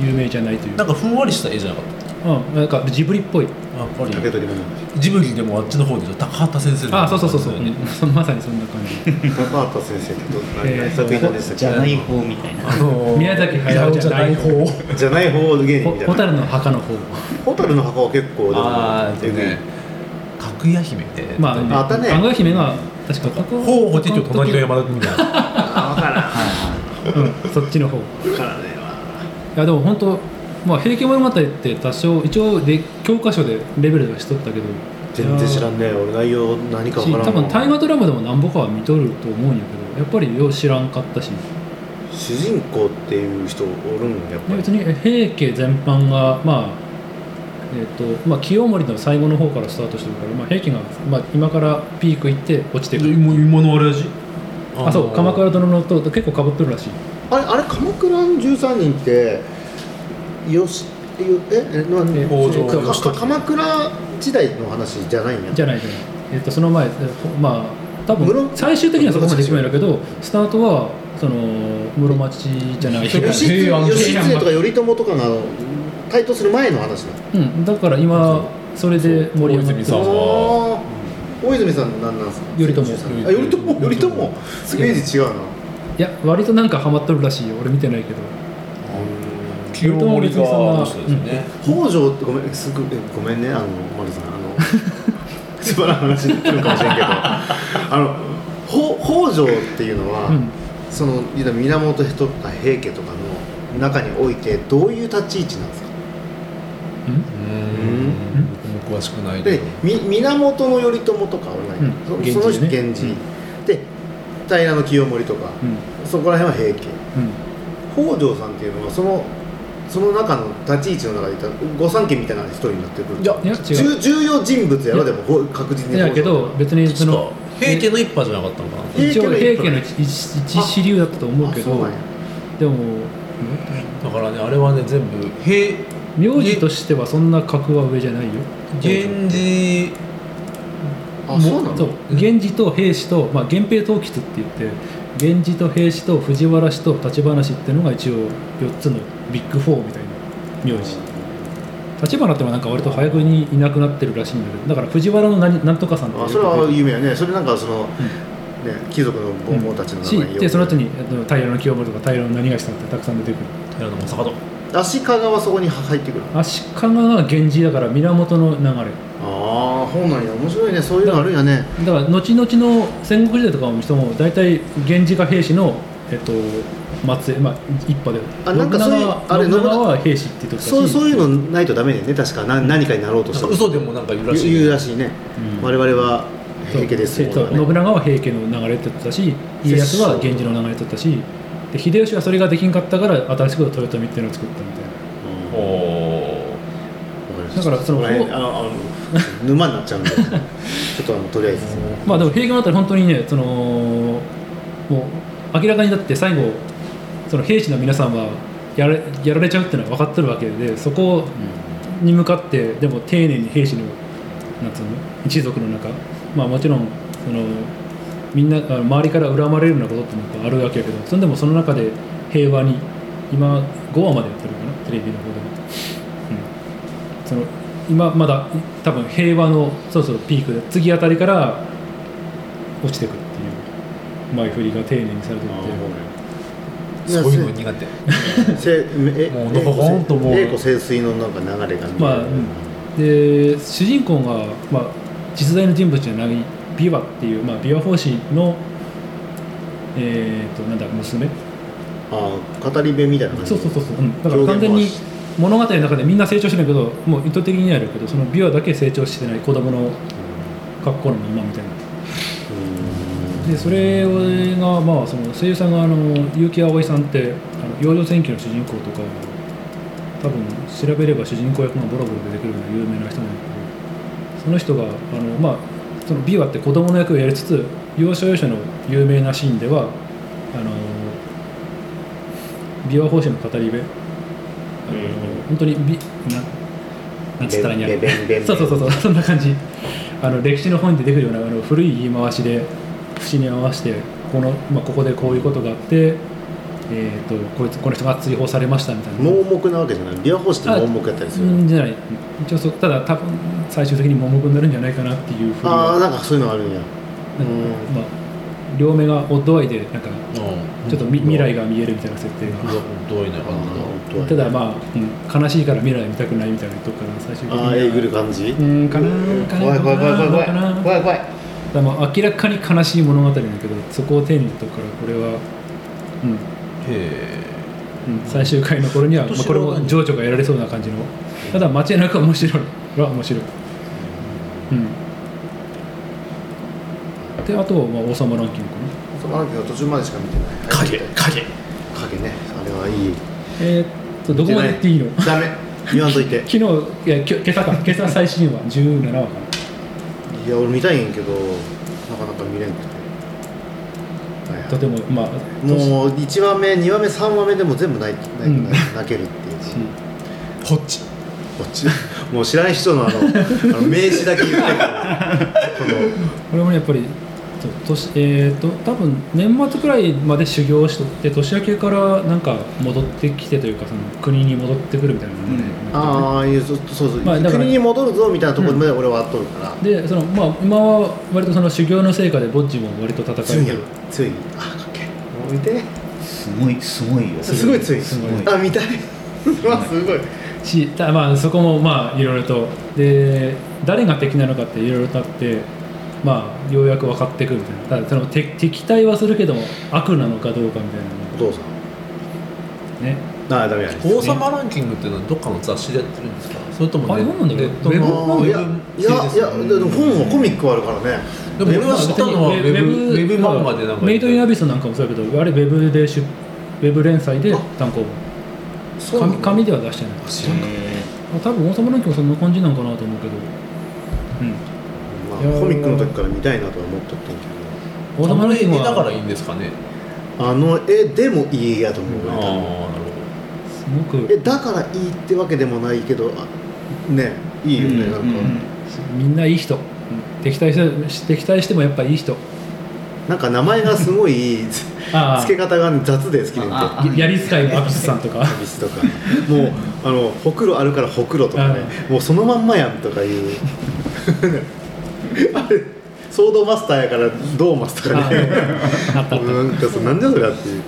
有名じゃないというなんかふんわりした絵じゃなかったうん、なんかジブリっぽいやっぱ竹り取物語ジブリでもあっちの方でしょ高畑先生のあそうそうそうそう、だうよねんそのまさにそんな感じ高畑先生ってど何えー作品なんでしたんっじけゃない方みたいなあのー宮崎駿じゃない方宮崎駿じゃない方芸人ほみたいな蛍の墓の方蛍の墓は結構でもああでもねかぐや姫ってまああったねかぐや姫が確かここほうほてちょ隣の山田君みたいなあ分からんうんそっちの方い分からねえわやでも本当まあ平家物語って多少一応で教科書でレベルはしとったけど全然知らいんね俺内容何かやー分からんし多分大も河んドラマでもなんぼかは見とると思うんやけどやっぱりよう知らんかったし、ね、主人公っていう人おるんやっぱり別にえ平家全般がまあえーとまあ、清盛の最後の方からスタートしてるから、まあ、平家が、まあ、今からピーク行って落ちてくる今今のあれ味あそう「鎌倉殿の塔」と結構かぶってるらしいあれあれ鎌倉の13人ってよしよええなえそう北条か義時鎌倉時代の話じゃないんやじゃないじゃない、えっとその前えほまあ多室分最終的にはそこまで行くんだけどスタートはその室町じゃないそれ義平安経平安義経とか頼朝とかが台頭する前の話だうん、だから今それで盛り上がってそうるあー大泉さんなんなんすか頼朝あ頼朝頼朝イメージ違うないや割となんかハマっとるらしいよ俺見てないけど清盛があの人ですよね北条ってごめんすぐえごめんねあの森さんあのつまらん 話になってるかもしれんけどあのほ北条っていうのは、うんその言うたら源とか平家とかの中においてどういう立ち位置なんですかううんん僕も詳しくないけでどみ源頼朝とかはない、うんそ源氏ねその人源氏、うんで平清盛とか、うんそこら辺は平家うん北条さんっていうのはそのその中の立ち位置の中でいったら御三家みたいな人になってくるいやいや違う重重要人物やろいやでもほ確実いにやけど別にそ確のか平家の一派じゃなかったのかな一応平平家家のの一一一支流だったと思うけあそうどなんやでもだからねあれはね全部平名字としてはそんな格は上じゃないよ源氏あそうなのそう源氏と平氏と、まあ、源平統吉って言って源氏と平氏と藤原氏と橘氏っていうのが一応4つのビッグフォーみたいな名字橘ってのはなんか割と早くにいなくなってるらしいんだけどだから藤原の何なんとかさんってあそれは有名やねそれなんかその、ね貴族のうボンんボンたちのし名前でその後にえっと平の清盛とか平の何がしさんってたくさん出てくる平野正門足利はそこに入ってくる足利が源氏だから源の流れああ本なんや面白いねそういうのあるんやねだから後々の戦国時代とかの人も大体源氏が平氏の、えっと、末裔、まあ、一派であなんかそういうはあれ信長は平氏って言ってたしそうそういうのないとダメね確かな何かになろうとなしんたから嘘でもなんか言うらしい言うらしいね、うん我々は平家ですそうそう信長は平家の流れって言ってたし家康は源氏の流れって言ったしで秀吉はそれができんかったから新しく豊臣っていうのを作ったみたいなおおだからそののあのあの沼にな っちゃうんでちょっとあのとりあえずまあでも平家物語本当にねそのもう明らかにだって最後その兵士の皆さんはやられやられちゃうっていうのは分かってるわけでそこに向かってでも丁寧に兵士のなんつうの一族の中まあもちろんそのみんなあ周りから恨まれるようなことってなんかあるわけやけどそれでもその中で平和に今5話までやってるのかなテレビの方でも。うんその今まだ多分平和のそろそろピークで次あたりから落ちてくっていう前振りが丁寧にされていてそういうの苦手せえもうのほほんともう栄子清水のなんか流れがまあうんで主人公が、まあ、実在の人物じゃない琵琶っていう、まあ、琵琶法師のえー、となんだ娘ああ語り部みたいな感じそうそうそうそう、うんだから完全に物語の中でみんな成長してないけどもう意図的にやるけどその琵琶だけ成長してない子供の格好のままみたいなでそれが、まあ、その声優さんがあの結城葵さんってあの「養生戦記」の主人公とか多分調べれば主人公役がボロボロ出てくるような有名な人なんだけどその人があの、まあ、その琵琶って子供の役をやりつつ要所要所の有名なシーンではあの琵琶法師の語り部あの本当にびななんつったらいいんやろべべんべんべんそうそうそうそうそんな感じあの歴史の本に出てくるようなあの古い言い回しで節に合わせてこの、まあ、ここでこういうことがあって、えー、とこいつこの人が追放されましたみたいな盲目なわけじゃない琵琶法師って盲目やったりするうんじゃない一応そうただ多分最終的に盲目になるんじゃないかなっていうふうにああまあ、なんかそういうのあるんやうん両目がオッドアイでなんかうんちょっとみ、未来が見えるみたいな設定が、どういうのかあただまあ、うん悲しいから未来見たくないみたいなとこから最終的にああえぐる感じうんかなかな怖い怖い怖い怖い怖いかな怖い怖いだからまあ明らかに悲しい物語なんだけどそこを丁寧にとこからこれは、うなへんうん最終回の頃には、まあ、これも情緒が得られそうな感じのただ間違いなく面白いは面白いうんであとは、まあ、王様ランキングかなその話の途中までしか見てない影影影ねあれはいいえーっとどこまで言っていいの昨ダメ言わんといて日い や今日今朝か今朝最新話17話かいや俺見たいんやけどなかなか見れんくてはいなはいとてもまあもう1話目2話目3話目でも全部泣い泣いうん泣けるっていうしこっちこっちもう知らん人のあのあの名詞だけ言ってからこのこれもねやっぱりそう年えー、と多分年末くらいまで修行しとって年明けからなんか戻ってきてというかその国に戻ってくるみたいなので、ああいうそうそうそう、まあだから国に戻るぞみたいなところまで俺はあっとるから、でそのまあ今は割とその修行の成果でぼっちも割と戦強いえんてやろる強いあかっけえもう見てすごいすごいよすごい強いすごいあ見たい うわすごいしたまあそこもまあいろいろとで誰が敵なのかっていろいろとあってまあようやく分かってくるみたいなただその敵敵対はするけども悪なのかどうかみたいなおの父さがねんああダメや王様ランキングっていうのはどっかの雑誌でやってるんですかそれともあれ本なんだネよットウェブのいやいやいやでも本はコミックはあるからねでも俺は知ったのはウェブウェブ漫画でなんかメイドインアビスなんかもそうやけどあれウェブで出ウェブ連載で単行そうな本の紙紙では出してない多分王様ランキングそんな感じなんかなと思うけどうんまあいやーコミックの時から見たいなとは思っとったんや王あ様のランキ絵ングだからはいいんですかねけどあの絵でもいいやと思うああな俺多分るすごくえだからいいってわけでもないけどあねいいよね、うんなんか、うんみんないい人敵対して敵対してもやっぱいい人なんか名前がすごいつあけ方がね、雑で好きでんあアあやり使いのアビスさんと かビスとかもうあのほくろあるからほくろとかねもうそのまんまやんとかいう あれソードマスターやからドーマスとかねあったあったなんかそうなんじゃそりゃっていう、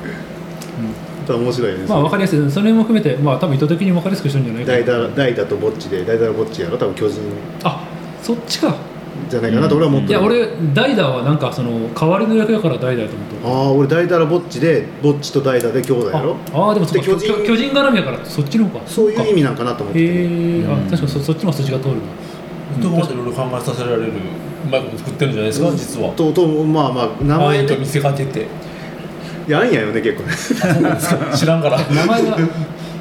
うん、面白いよねまあ分かりやすいそれも含めてまあ多分意図的に分かりやすくしてるんじゃないかな代打代打とぼっちで代打とぼっちやろ多分巨人あそっちかじゃないかなと俺は思っているや俺ダイダはなんかその代わりの役だからダイダやと思ってああ俺代打とぼっちでぼっちと代打で兄弟やろああーでもそっかで巨人巨巨人絡みだからそっちの方かそういう意味なんかなと思ってへえあ確かにそそっちも筋が通るなほどどこまでいろいろ考えさせられるうまいこと作ってるんじゃないですか実はととまあまあ名ああ前いうとと見せかけてやんやよね結 構ね知ら んから名前が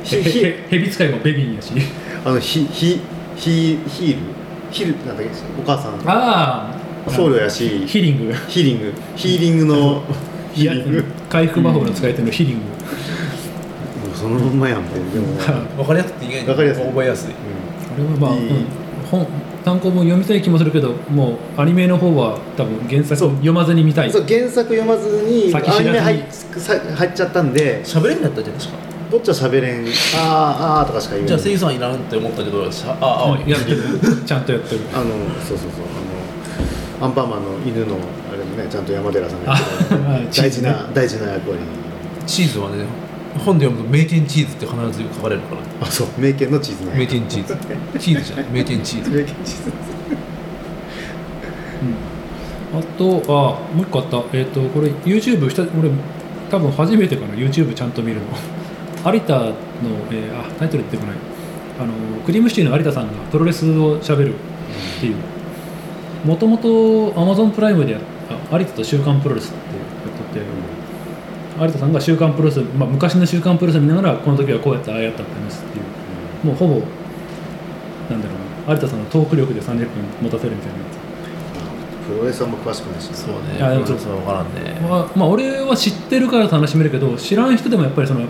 ひひヘビ使いもベビンやしあのひひひヒールヒルなんだっけお母さんああ僧侶やしヒーリングヒーリングヒーリングのヒいやーリング回復魔法の使い手のヒーリングもうそのまんまやんもうで も分かりやすくて意外にわかりやすい覚えやすいあれはまあ、いいうん本単行本読みたい気もするけどもうアニメの方は多分原作そう読まずに見たいそう原作読まずに先知らずアニにメ入っさ入っちゃったんで喋れんだったじゃないですかどっちは喋れんあーあーとかしか言えじなゃあい声優さんいらんって思ったけどしゃああうんやってるちゃんとやってるあのそうそうそうあのアンパンマンの犬のあれもねちゃんと山寺さんがやってたあ大事な大事な役割チーズはね本で読むと名犬チーズって必ず書かれるからあそう名犬のチーズ名ね犬チーズチーズじゃない名犬チーズ名犬チーズあとあもう一個あったえっ、とこれ YouTube した俺多分初めてかな YouTube ちゃんと見るの 有田の、えーあタイトル出てこないあのクリームシチューの有田さんがプロレスをしゃべるっていうもともと Amazon プライムでやあ有田と「週刊プロレス」ってやっとって、有田さんが「週刊プロレス」まあ、昔の「週刊プロレス」見ながらこの時はこうやったああやったって話っていうもうほぼなんだろうな有田さんのトーク力で30分持たせるみたいなやつプロレスはあんま詳しくないしそうねいやでもプロレスは分からんねまあ、まあ俺は知ってるから楽しめるけど知らん人でもやっぱりその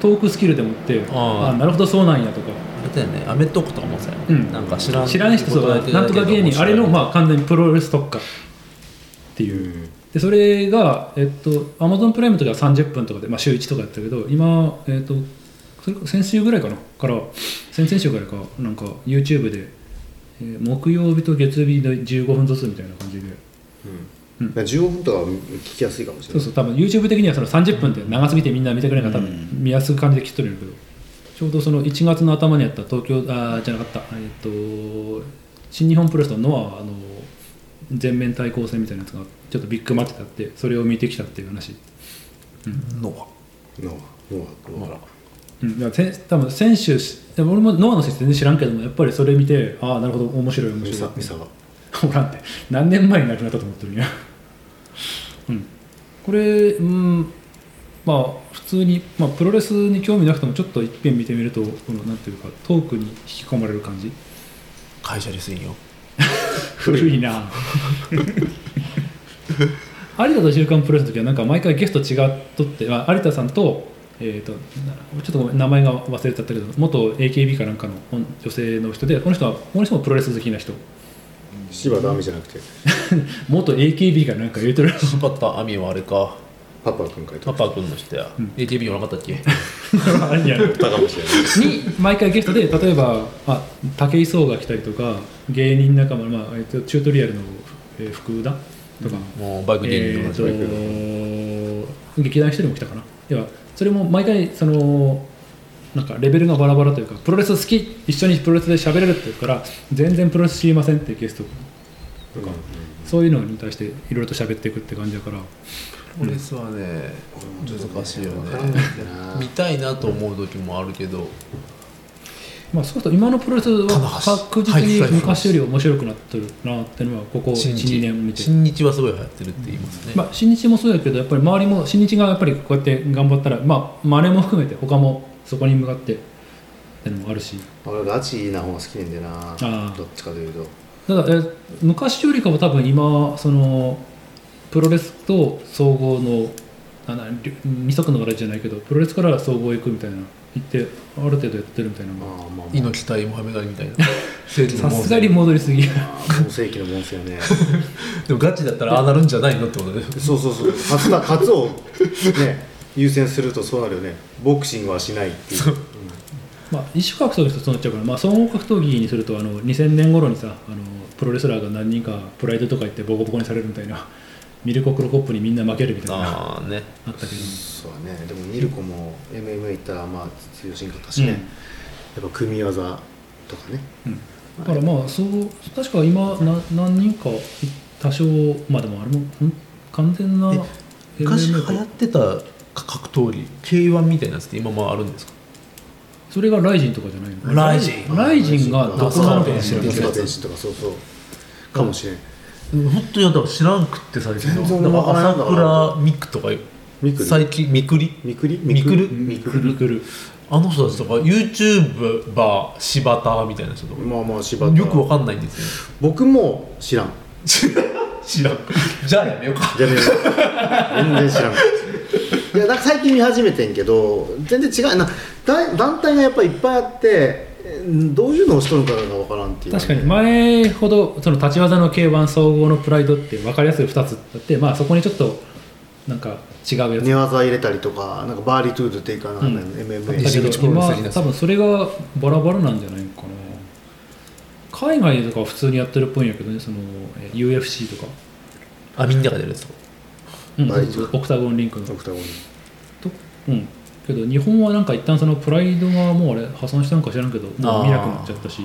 トークスキルでもってああーなるほどそうなんやとかあれだよねアメトークとかもさ、うんなんか知らん知らん人そうことだけどなんとか芸人あれのまあ完全にプロレス特化っていうでそれがえっとアマゾンプライムとかは30分とかで、まあ、週1とかやったけど今えっとそれこそ先週ぐらいかなから先々週ぐらいかなんか YouTube で、えー木曜日と月曜日の15分ずつみたいな感じでうん15分とかは聞きやすいかもしそれうないそう多分 YouTube 的にはその30分って長すぎてみんな見てくれないから多分見やすい感じで切っとるんやけどちょうどその1月の頭にやった東京あーじゃなかったえっと新日本プロレスのノアあの全面対抗戦みたいなやつがちょっとビッグマッチだってそれを見てきたっていう話、のノアノアノうん、だからせん多分選手しでも俺もノアの選手全然知らんけどもやっぱりそれ見てああなるほど面白いア面ミ白サいミサが おらんって何年前に亡くなったと思ってるんや うんこれうんまあ普通に、まあ、プロレスに興味なくてもちょっと一遍見てみるとこのなんていうかトークに引き込まれる感じ会社ですんよ古いな有田と週刊プロレスの時はなんか毎回ゲスト違っとって、まあ、有田さんと,、えー、となちょっとごめん名前が忘れちゃったけど元 AKB かなんかの女女性の人でこの人はこの人もプロレス好きな人柴田亜美じゃなくて元 AKB かなんか言うてる柴田亜美はあれかパパ君書いてパパ君の人や、AKB じゃなかったっけあるやんたかもしれないに毎回ゲストで例えばあ武井壮が来たりとか芸人仲間、まあえっとチュートリアルの、えー福田とか、もうバイク芸人えっの話、と劇団ひとりも来たかな要はそれも毎回そのなんかレベルがバラバラというかプロレス好き一緒にプロレスで喋れるって言うから全然プロレス知りませんっていうゲストとか、そういうのに対していろいろと喋っていくって感じだからプロレスはね難しいよねわかんないんだよな見たいなと思う時もあるけどまあ、そうすると今のプロレスは棚橋確実に昔より面白くなってるなっていうのはここ新12日年見て新日はすごい流行ってるって言いますね、まあ、新日もそうだけどやっぱり周りも新日がやっぱりこうやって頑張ったらまあ真似も含めて他もそこに向かってってのもあるし俺ガチな方が好きなんだよなーどっちかというたとだえ昔よりかは多分今そのプロレスと総合のあなり二足のわらじじゃないけどプロレスから総合行くみたいな行ってある程度やってるみたいなのまがあまあまあ猪木対モハメダリみたいな正義 さのモすハがメに戻りすぎ今世紀のもんすよねでもガチだったらああなるんじゃないのってことで そうそうそう勝つな勝つをね優先するとそうなるよねボクシングはしないっていうまあ、一種格闘技とそうなっちゃうから、まあ、総合格闘技にするとあの2000年頃にさあのプロレスラーが何人かプライドとか言ってボコボコにされるみたいなミルコ・クロコップにみんな負けるみたいなあああねったけどそうだねでもミルコも MMA 行ったらまあ強しんかったしね、うんやっぱ組み技とかねうん、だからまあそう確か今な何人か多少まあでもあれもん完全なえ MMA 昔流行ってた格闘技 K1 みたいなやつって今もあるんですかそれがライジンとかじゃないのライジンライジンがどこなのかあも知そうらんけだね天ど心とかそうそうかもしれん、本当にやだから知らんくって最近全然だ俺もかわかららん朝かった倉未来とかミク最近みくりミクリミクルミクミルクルあの人たちとか YouTuber 柴田みたいな人とかまあまあ柴田よくわかんないんですよ僕も知らん知らんじゃあやめようか じゃねえよ全然知らんいやなんか最近見始めてんけど全然違うなだ団体がやっぱいっぱいあってえーどういうのをしとるのかが分からんっていう確かに前ほどその立ち技の k 1総合のプライドって分かりやすい2つあって、まあ、そこにちょっとなんか違うやつ寝技入れたりとかなんかバーリートゥードっていうかなんか、うん MMA だけど西口プロレス的な今多分それがバラバラなんじゃないのかな海外とかは普通にやってるっぽいんやけどねそのえ UFC とか、あみんなが出るやつとかうんはいそうオクタゴンリンクのオクタゴンとうんけど日本はなんか一旦そのプライドがもうあれ破産したのか知らんけどもう見なくなっちゃったし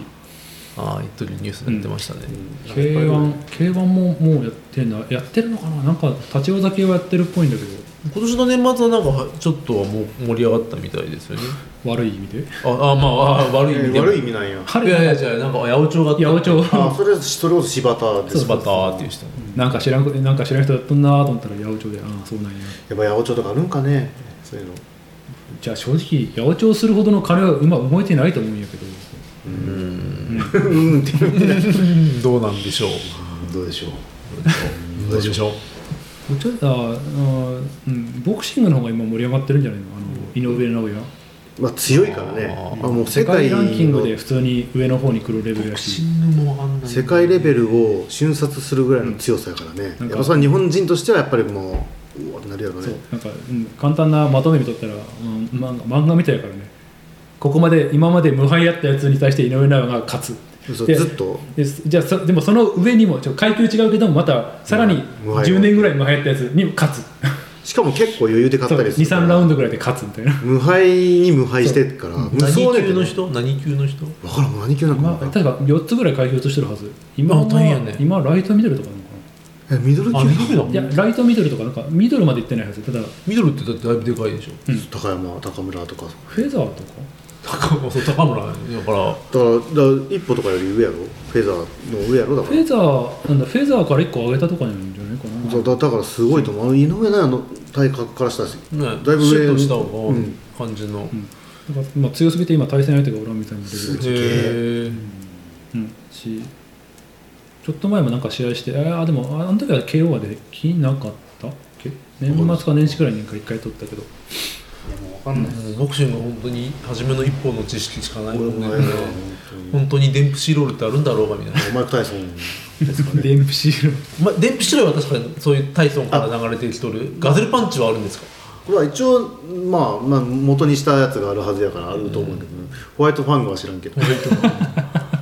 ああ言ってるニュースになってましたね、なんかいっぱいいる K1, K1 ももうやってんだやってるのかななんか立ち技系はやってるっぽいんだけど今年の年末はなんかはちょっとはもう盛り上がったみたいですよね悪い意味 でああまああ悪い意味でえーも悪い意味なんや彼いやいやがじゃあなんか八百長があった八百長あそれそれこそ柴田ですバターっていう人なんか知らんことなんか知らん人だったんなと思ったら八百長でああそうなんややっぱ八百長とかあるんかねそういうのじゃあ正直八百長するほどの金はうま動いてないと思うんやけどうんってどうなんでしょうどうでしょうどうでしょうちょっとあーうん、ボクシングの方が今盛り上がってるんじゃないのあの井上尚弥まあ強いからねあーまあ、もう世世界界ランキングので普通に上の方に来るレベルやしングもあんな世界レベルを瞬殺するぐらいの強さやからね、うんやっぱそれは日本人としてはやっぱりもううわってなるやろそうねなんか、うん簡単なまとめにとったら、うん、漫画漫画みたいやからねここまで今まで無敗やったやつに対して井上尚弥が勝つそうでずっとですじゃあそでもその上にもちょっと階級違うけどもまたさらに無敗10年ぐらい無敗やったやつにも勝つしかも結構余裕で勝ったりする23ラウンドぐらいで勝つみたいな無敗に無敗してるから無何双だけ級どのわ人何級の人からん何級なのかまあ、な、確か4つぐらい開票としてるはず今あ大変やね今ライトミドルとかなのかえミドル級あミドルだもんないやライトミドルとかなんかミドルまで行ってないはずただミドルってだってだいぶでかいでしょ高山高村とかだかフェザーとか高 村そう高村だかららだから一歩とかより上やろフェザーの上やろだかフらェザーなんだフェザーから1個上げたとかなんじゃないかなそうだだからすごいと思うあの井上尚弥の体格からしたらね、だいぶ上シュッとした方がうん感じだの、からまあ、強すぎて今対戦相手がおらんみたいなレベルすげえへーうんしちょっと前もなんか試合してああでもああの時は KO はできなかったっけ年末か年始くらいに1回取ったけどわかんないもうボクシングは本当に初めの一歩の知識しかないもんねお前は本当に本当にデンプシーロールってあるんだろうかみたいな、マイク・タイ ソンですかねデンプシールまあ、デンプシーロールは確かにそういうタイソンから流れてきとるガゼルパンチはあるんです かこれは一応、まあ、まあ元にしたやつがあるはずやからあると思うんだけど、ホワイトファングは知らんけど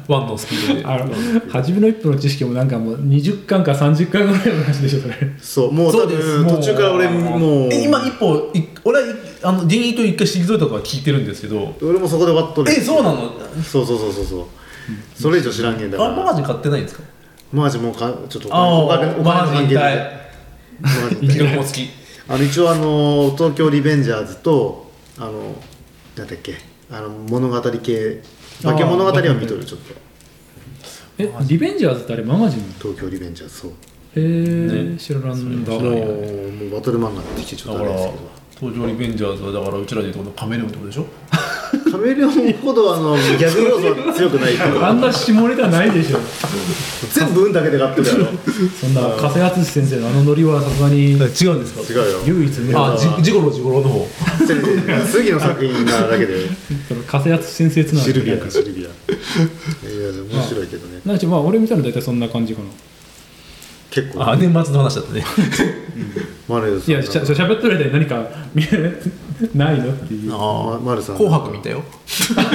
ワンのスピードであの初めの一歩の知識もなんかもう20巻か30巻ぐらいの話でしょそれそうもう多分もう途中から俺もうえ今一歩い俺はいあの現役を一回退いたとか聞いてるんですけど俺もそこで終わっとるえそうなのそうそうそうそうそうそれ以上知らんけんだかあらマージン買ってないんですかマージもうかちょっとおああ金お金お金の関係マージでマージ痛一い力も好きあの一応あの東京リベンジャーズとあのなんだっけあの物語系化け物語は見とるちょっとえリベンジャーズってあれマガジン東京リベンジャーズそうへえ、ね知らなんだそあのれもうバトル漫画になってきてちょだっかとあられですけど東京リベンジャーズはだからうちらでいうとこのカメレオンってことでしょカメレオンほどあのギャグ要素は強くないけどあんな下ネタないでしょ 全部運だけで勝ってるやろそんな加瀬敦史先生のあのノリはさすがに違うんですか違うよ唯一ねあじジゴロジゴロの方次の作品なだけでその加瀬敦史先生つながシりルビアかシルビアいや面白いけどねなんかまあ俺見たら大体そんな感じかな結構あ年末の話だったねマルいさんやしゃしゃべっとる間に何か見えないのっていうあま丸さん紅白見たよ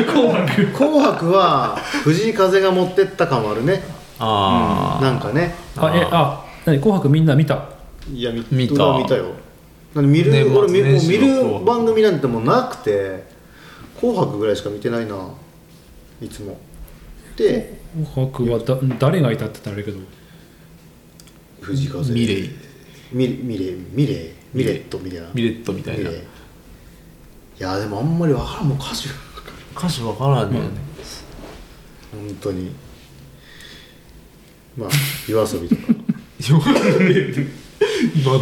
紅白紅白は藤井風が持ってった感もあるねあなんかねあえあ何紅白みんな見たいや見見た見たよなんで見る、年末俺見も年う見始のる番組なんてもうなくて「紅白」ぐらいしか見てないないつもで紅白はだ誰がいたって言ったらあれやけど藤井風ミレイミレミレイミレイミレットみたいなミレットみたいなミレイいやでもあんまり分からんもう歌手歌詞わからんね、 本当にまあ夜遊びとか今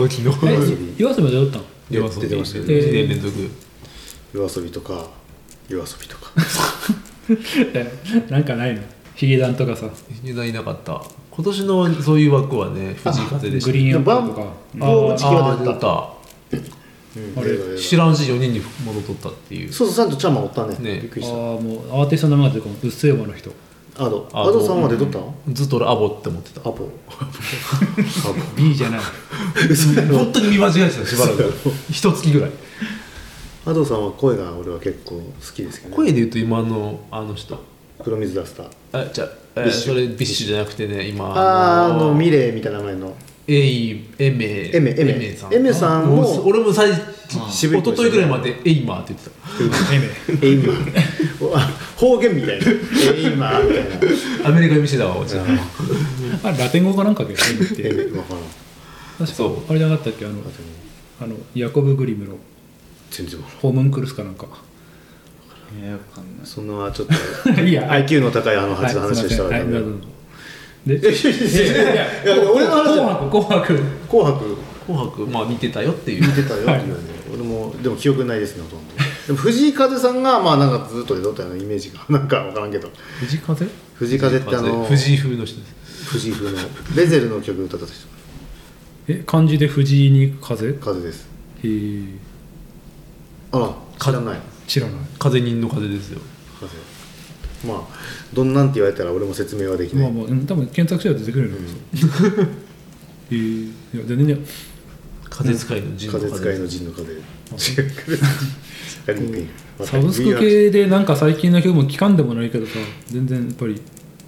時のえ夜遊びはどうだったの夜遊び出てましたよ2ね年連続夜遊びとか夜遊びとかえ なんかないのヒゲダンとかさ入団いなかった今年のそういう枠はね藤井風でしたグリーンアップとバかンあーーチキは出たあーうんあれ映画映出画た知らんし4人に戻っとったっていうそうそうさんとチャーマンおったねねびっくありしたーもうアーティストの名前が出てこないうっせぇわの人アドアアドドさんまで撮ったのずっと俺アボって思ってたアポア B じゃない本当に見間違えてたしばらく一月ぐらいポ アドさんは声が俺は結構好きですけど、声で言うと今のあの人黒水ダスターあじゃあ、えービッシュそれビッシュじゃなくてね今あーあのミレーみたいな名前のエイエメエメエメさんエメさんも俺も最渋い一声昨日ぐらいまでエイマーって言ってエイマーおあ方言みたいなエイマーみたいなたアメリカ見せたわおじあれラテン語かなんかけどエイマーわか らん確かそうあれじゃなかったっけあのあのヤコブ・グリムの全然わかホームンクルスかなんか えわかんらなんいそんなちょっ といや IQ の高いあのはい話すいのま話をしせたんらはいダメだどうぞでいやいやいや俺の話紅白紅白紅白紅白まあ見てたよっていう出たよっていうね、俺もでも記憶ないですねほとんどでも藤井風さんがまあなんかずっと出とったようなイメージが なんか分からんけど藤風藤井風ってあの藤井風の人です藤井風のレゼルの曲歌った人え漢字で藤井に行く風へ風ですえあら知らない知らない風人の風ですよ風まあどんなんって言われたら俺も説明はできなまあい、まあうん多分検索したら出てくるの へえいや全然風使いの人の風使いの人陣の風違うやりにくいまた サブスク系でなんか最近の曲も聞かんでもないけどさ全然やっぱり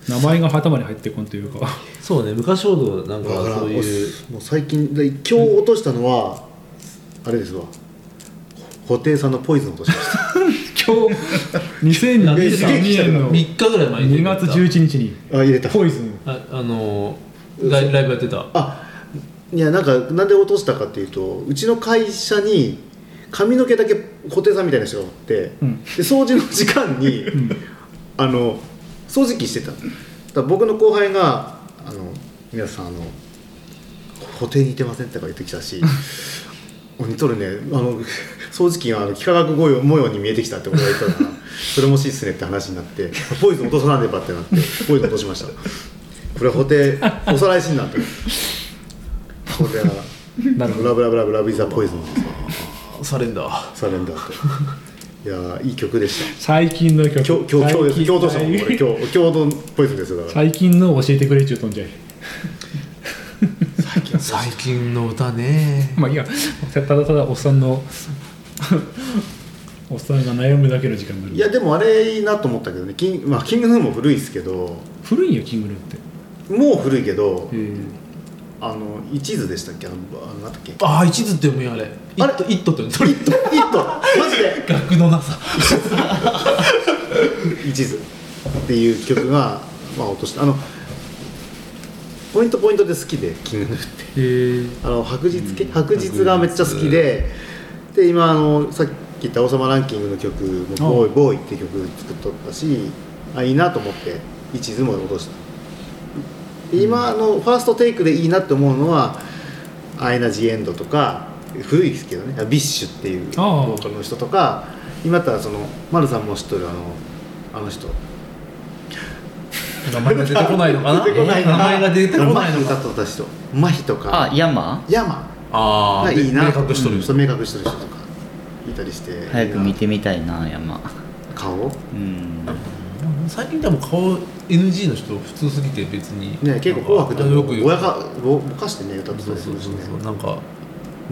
名前が頭に入ってこんというかそうね昔ほどなんかだからそういうもう最近で今日落としたのは、あれですわ布袋さんのポイズン落としました 今日2022年の3日ぐらい前に2月11日にあ入れたポイズンああのーライライブやってたあいやなんかなんで落としたかっていうとうちの会社に髪の毛だけ布袋さんみたいな人がおって、うんで掃除の時 間に、あの掃除機してただから僕の後輩が「あの皆さんあの布袋似てません?」とか言ってき たし「お似とるねあの掃除機があの幾何学模様模様に見えてきた」って俺が言っ たから「それもしいっすね」って話になって「ポイズン落とさなねば」ってなってポイズン落としましたこれは布袋おさらいしんなとこれはなるほどラブラブラブラブイザポイズンですよサレンダーサレンダーといやーいい曲でした最近の曲今日今日今日です今日どうしたのこ最れ近今日今日のポイズンですよだから最近の教えてくれちゅうとんじゃい最近の歌ねまあいいやただただおっさんの おっさんが悩むだけの時間になるいやでもあれいいなと思ったけどねキン,、まあ、キングヌーも古いですけど古いんよキングルーってもう古いけどへえあの一途でしたっけあのあのなんだっけ「ああ一途って読むよあれ「イあれット」イットって読むそれイット!」「イット!」マジで学のなさ「一途」っていう曲がまあ落としたあのポイントポイントで好きでキングヌーってへえあの白日系白日がめっちゃ好きでで今あのさっき言った「王様ランキング」の曲も「ボーイボーイ」って曲作っとったしあいいなと思って一途も落としたで今のファーストテイクでいいなって思うのは「アイナ・ジ・エンド」とか古いですけどねビッシュっていうああボーカルの人とか今だったらその丸さんも知っとるあのあの人名前が出てこないのかな出てこないな名前が出てこマないヒの歌かっとった人マヒとあか山ヤマあがあいいな明確しとるうんそう明確しとる人とかいたりして早く見てみたいな山顔うん最近でも顔 NG の人普通すぎて別にね結構「紅白」でよもくぼやかぼぼかしてね歌ってたそうりすそうるしそうねそうなんか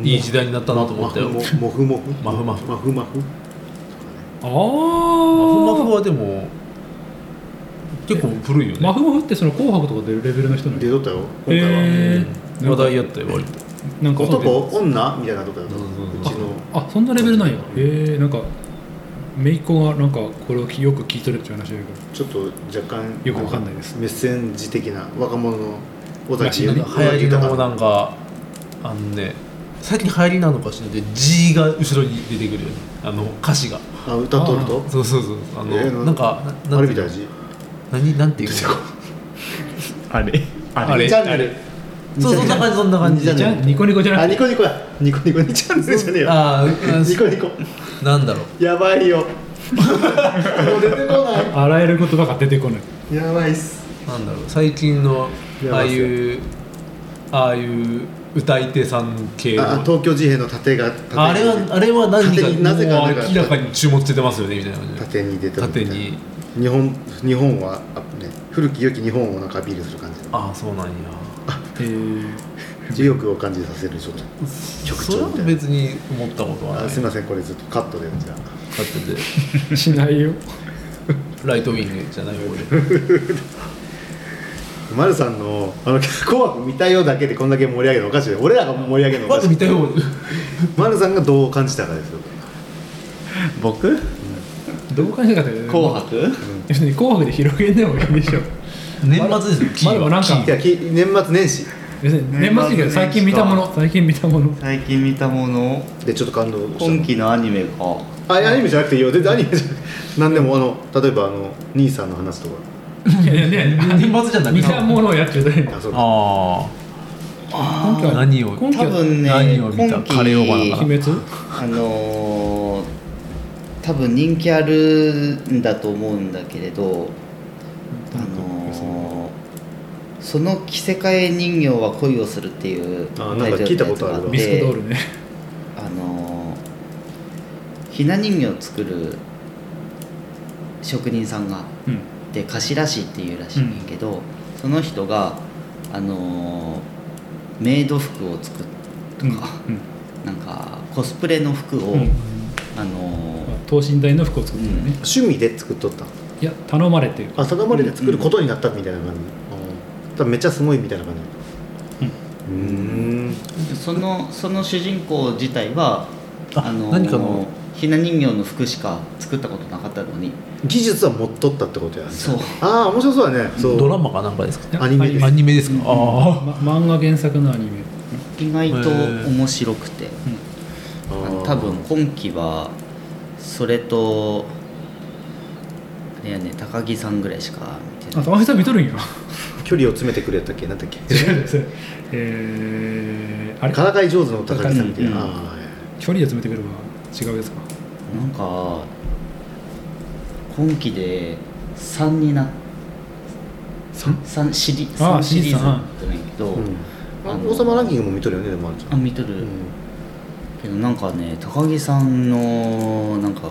いい時代になったなと思ったよまマフもふもふまふまふまふまふああマフマはでも結構古いよねマフマフってその紅白とか出るレベルの人なの出とったよ今へ回はえうん話題やったよ割となんか男女みたいなとこやったうそうそうちのあそんなレベルなんやへえなんか姪っ子がなんかこれをよく聞いとるっていう話だけどちょっと若干よくわかんないですメッセンジ的な若者の尾らしい崎ね流行りのなんかかあのね最近流行りなのかしらで G が後ろに出てくるよねあの歌詞があ歌っとるとそうそうそうあの、えーなんかなあなんれみていたうのいじ何なんていうのあれあれチャンネルそうそんな感じそんな感じじゃあニコニコじゃなあくてニコニコやニコニコにチャンネルじゃねえよあニコニコあなんだろうやばいよもう出てこなあらゆることが出てこないいやばいっすなんだろう最近のいやああいうああいう歌い手さん系のあ東京事変の縦が縦あれはあれは何縦かになぜかあれがもう明らかに注目してますよねみたいな感じで縦に出てるみた縦いなに日本日本はあね古き良き日本をなんかアピールする感じああそうなんやえー重欲を感じさせる状態それは別に思ったことはない あすみませんこれずっとカットでじゃあだっ てしないよライトウィングじゃない方 で丸さんの「あの 紅白見たよ」だけでこんだけ盛り上げるのおかしいよ俺らが盛り上げるのおまかしずい見たよ丸さんがどう感じたかですよ僕どう感じたかって紅白別に紅白で広げんでもいいでしょ年末ですよまだなんかいやき年末年始別に年末だけど最近見たもの最近見たもの最近見たものでちょっと感動した今期のアニメかあアニメじゃなくていいよ全然アニメじゃなくて何でもあの例えばあの兄さんの話とかいやいやいや年末じゃなくて見たものをやっちゃうとねあそうかあ今期あは何を今期多は分ね何を見た今期カレーオーバー鬼滅あのー多分人気あるんだと思うんだけれど、あのーその着せ替え人形は恋をするっていうあなんか聞いたことあるタイトルのやつがわってビスクドールねあのーひな人形を作る職人さんがうんで頭師っていうらしいんやけど、その人があのーメイド服を作るとか、うんなんかコスプレの服を、うんあのー等身大の服を作ってるね趣味で作っとったいや頼まれてるあ定まりで作ることになったみたいな感じ、多分めっちゃすごいみたいな感じうんんそのその主人公自体はあのー何かのひな人形の服しか作ったことなかったのに技術は持っとったってことやねそうああ面白そうだねそうドラマかなんかですかアニメですアニメですかあま漫画原作のアニメ意外とへー面白くて。ああのー多分今期はそれとあれやね高木さんぐらいしか見てあない高橋さん見と るんや距離を詰めてくれたっけなんだっけ えーあれからかい上手の高木さんみたいな、うんあ距離で詰めてくるわ違うやつかなんか今期で3にな三三シリあー三シシリーズリーズになってないけど、ーあうんの王様ランキングも見とるよねでもあんちゃあん、見とる、うんけどなんかね高木さんのなんかこ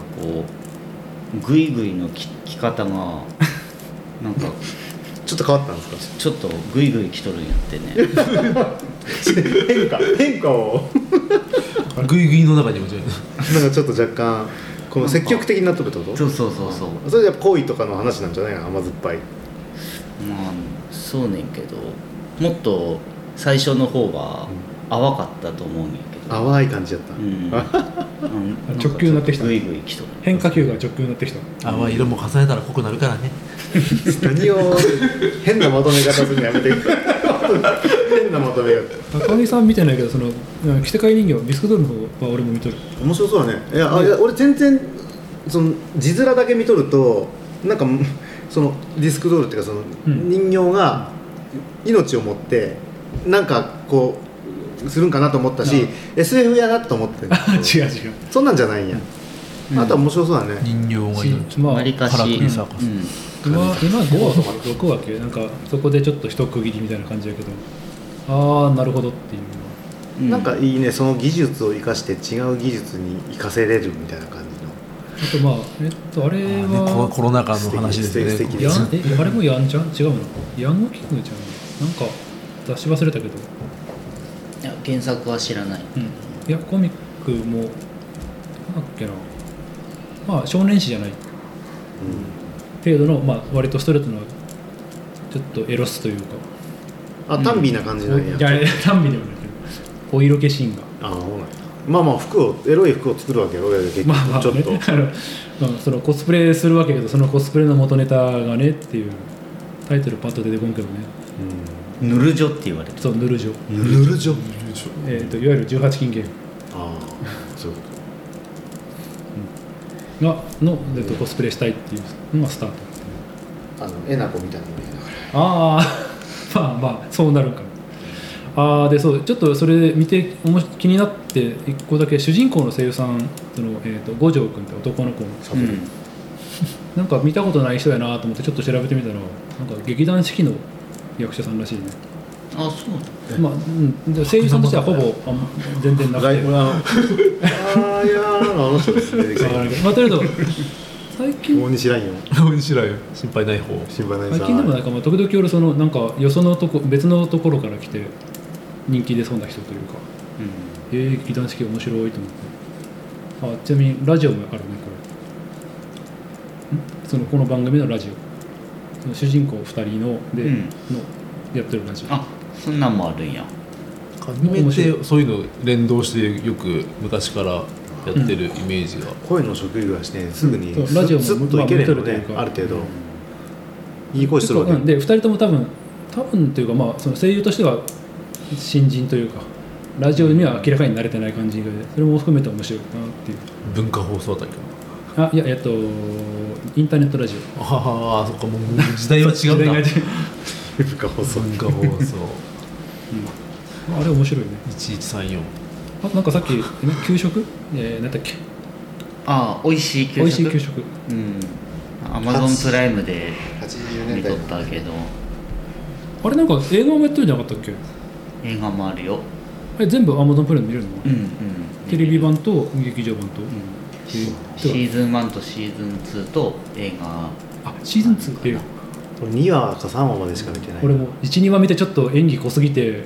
うグイグイのき着方がなんかちょっと変わったんですか ちょっとグイグイ着とるんやってね変化変化をあグイグイの中にもちょいなんかちょっと若干この積極的になっとるってことそうそうそうそうそれじゃ恋とかの話なんじゃないの甘酸っぱいまあそうねんけどもっと最初の方が淡かったと思うんやけど、淡い感じやった、うんうん直球になってきたグイグイ来とる変化球が直球になってきたあまあ色も重ねたら濃くなるからね何を変なまとめ方するのやめて変なまとめ方高木さん見てないけどその着せ替え人形ビスクドールの方は俺も見とる面白そうだねいや,あ、いや俺全然その字面だけ見とるとなんかそのディスクドールっていうかそのうん人形が命を持ってなんかこうするんかなと思ったし、SF やなと思ってん違う違うそんなんじゃないんや、あとは面白そうだね、人形がいるまあわりかし、カラクうリサーカスん今今5話とか6話けなんかそこでちょっと一区切りみたいな感じやけどああなるほどっていううんなんかいいねその技術を生かして違う技術に生かせれるみたいな感じのあとまあえっとあれあーねこのはコロナ禍の話ですよね素敵素敵やんえあれもやんちゃん違うのヤングキングちゃんなんか出し忘れたけど、いや原作は知らないうん、いやコミックもなんだっけなまあ少年誌じゃない程度の、まあ、割とストレートなちょっとエロスというかあ単美な感じなんや、いやいや単美でもないけどお色気シーンがああそうなんやまあまあ服をエロい服を作るわけよ俺ら結局まあまあ、ちょっねと、あのまあそのコスプレするわけやけどそのコスプレの元ネタがねっていうタイトルパッと出てこんけどねぬるじょって言われるそうヌルジョ、ぬるじょえー、といわゆる18禁ゲーああそういうこムがの、えー、とコスプレしたいっていうのがスタートとあのえなこみたいなのねだか ああまあまあそうなるんかああでそうちょっとそれ見ておもし気になって一個だけ主人公の声優さんその、えー、と五条君って男の子のサブなんか見たことない人やなと思ってちょっと調べてみたらなんか劇団四季の役者さんらしいね、あそうなんまだあうん、で声優さんとしてはほぼあん全然なくライてブあの あーいやーあの人です出てきたまあとりあえず最近大西ラインを面白いよ心配ない方新馬内さん最近でもなんかまあ時々俺そのなんかよそのとこ別のところから来て人気出そうな人というかえー、劇団四季面白いと思ってあちなみにラジオもあるねこれんそのこの番組のラジオその主人公2人ので、うんのやってるラジオあそんなんもあるんやアニメってそういうの連動してよく昔からやってるイメージが、声の職業はしてすぐにそうラジオもスッといければねまあある程度いい声してるわうんけで2人とも多分多分というかまあその声優としては新人というかラジオには明らかに慣れてない感じでそれも含めて面白いかなっていう文化放送あたりかなあいやえっとインターネットラジオああそっかもう 時代は違うな時代が違う文化放送文化放送ああれ面白いね1134 あなんかさっきえ給食えー、何だっけあ美味しい給食美味しい給食うんアマゾンプライムで80見年と代ったけどあれなんか映画もやってるんじゃなかったっけ映画もあるよあれ全部 Amazon プライムで見れるの、うんうんテレビ版と劇場版と、シシーズン1とシーズン2と映画あシーズン2っていう俺2話か3話までしか見てない俺も12話見てちょっと演技濃すぎて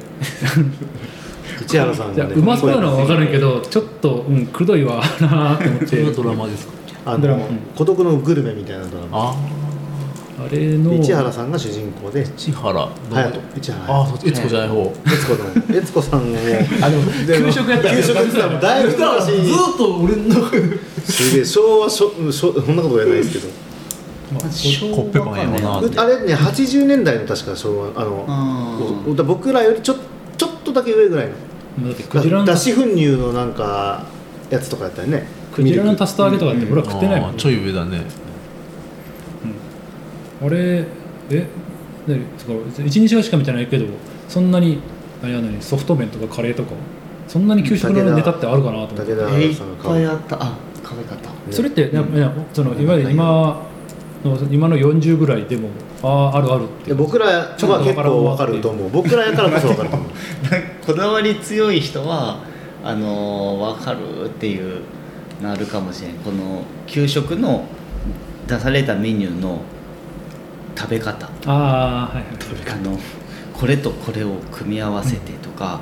市原さんじゃがあねうまそうなのは分かるけどどちょっとうんくどいわなと思っそてれがドラマですかあドラのマうん孤独のグルメみたいなドラマああれので市原さんが主人公であ千原どう隼人市ああ原そっち悦子じゃない方悦子の悦子さんをあの給食やったら給食やったらだいぶず昔ーっと俺の中ですげえ昭和しょうんしょそんなことやないですけどまあ昭コッペパンやもんな和あかねーあれね80年代の確か昭和あのあお僕らよりちょちょっとだけ上ぐらいのだってクジラの脱脂粉乳のなんかやつとかやったよねクジラのミルタスタ揚げとかって俺は食ってないもん、ちょい上だねあれえ何そう一日はしか見てないけどそんなにあれやのにソフト麺とかカレーとかそんなに給食のネタってあるかなと思って武あい田っさんの顔ぱいあったあ可愛かったそれって、ねうんいやそのいわゆる今の今の40ぐらいでもあああるあるってで僕らちょっとは結構わかると思う僕らやからこそわかると 思う こだわり強い人はあのー、分かるっていうのあるかもしれんこの給食の出されたメニューの食べ方ああはいはいあのこれとこれを組み合わせてとか、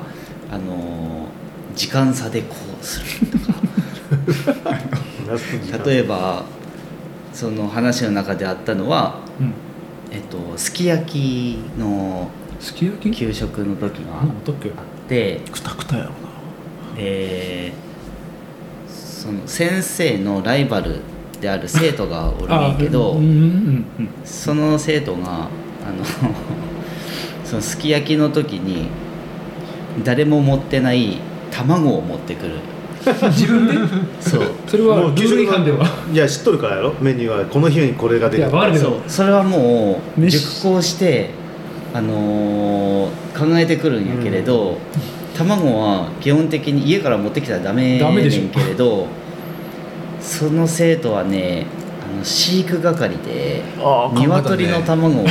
あのー時間差でこうするとか例えばその話の中であったのは、うんえっと、すき焼きのすき焼き給食の時がああなんかあっったっけて。くたくたやろなえーその先生のライバルである生徒がおるんやけど、あうんうんうんその生徒があの そのすき焼きの時に誰も持ってない卵を持ってくるうん 自分でそうそれはルール違反ではいや知っとるからやろメニューはこの日にこれが出いやる分かるけそどうそれはもう飯熟考して、あのー考えてくるんやけれど、卵は基本的に家から持ってきたらダメダメでしょねんけれどその生徒はねあの飼育係であー鶏の考えたね卵を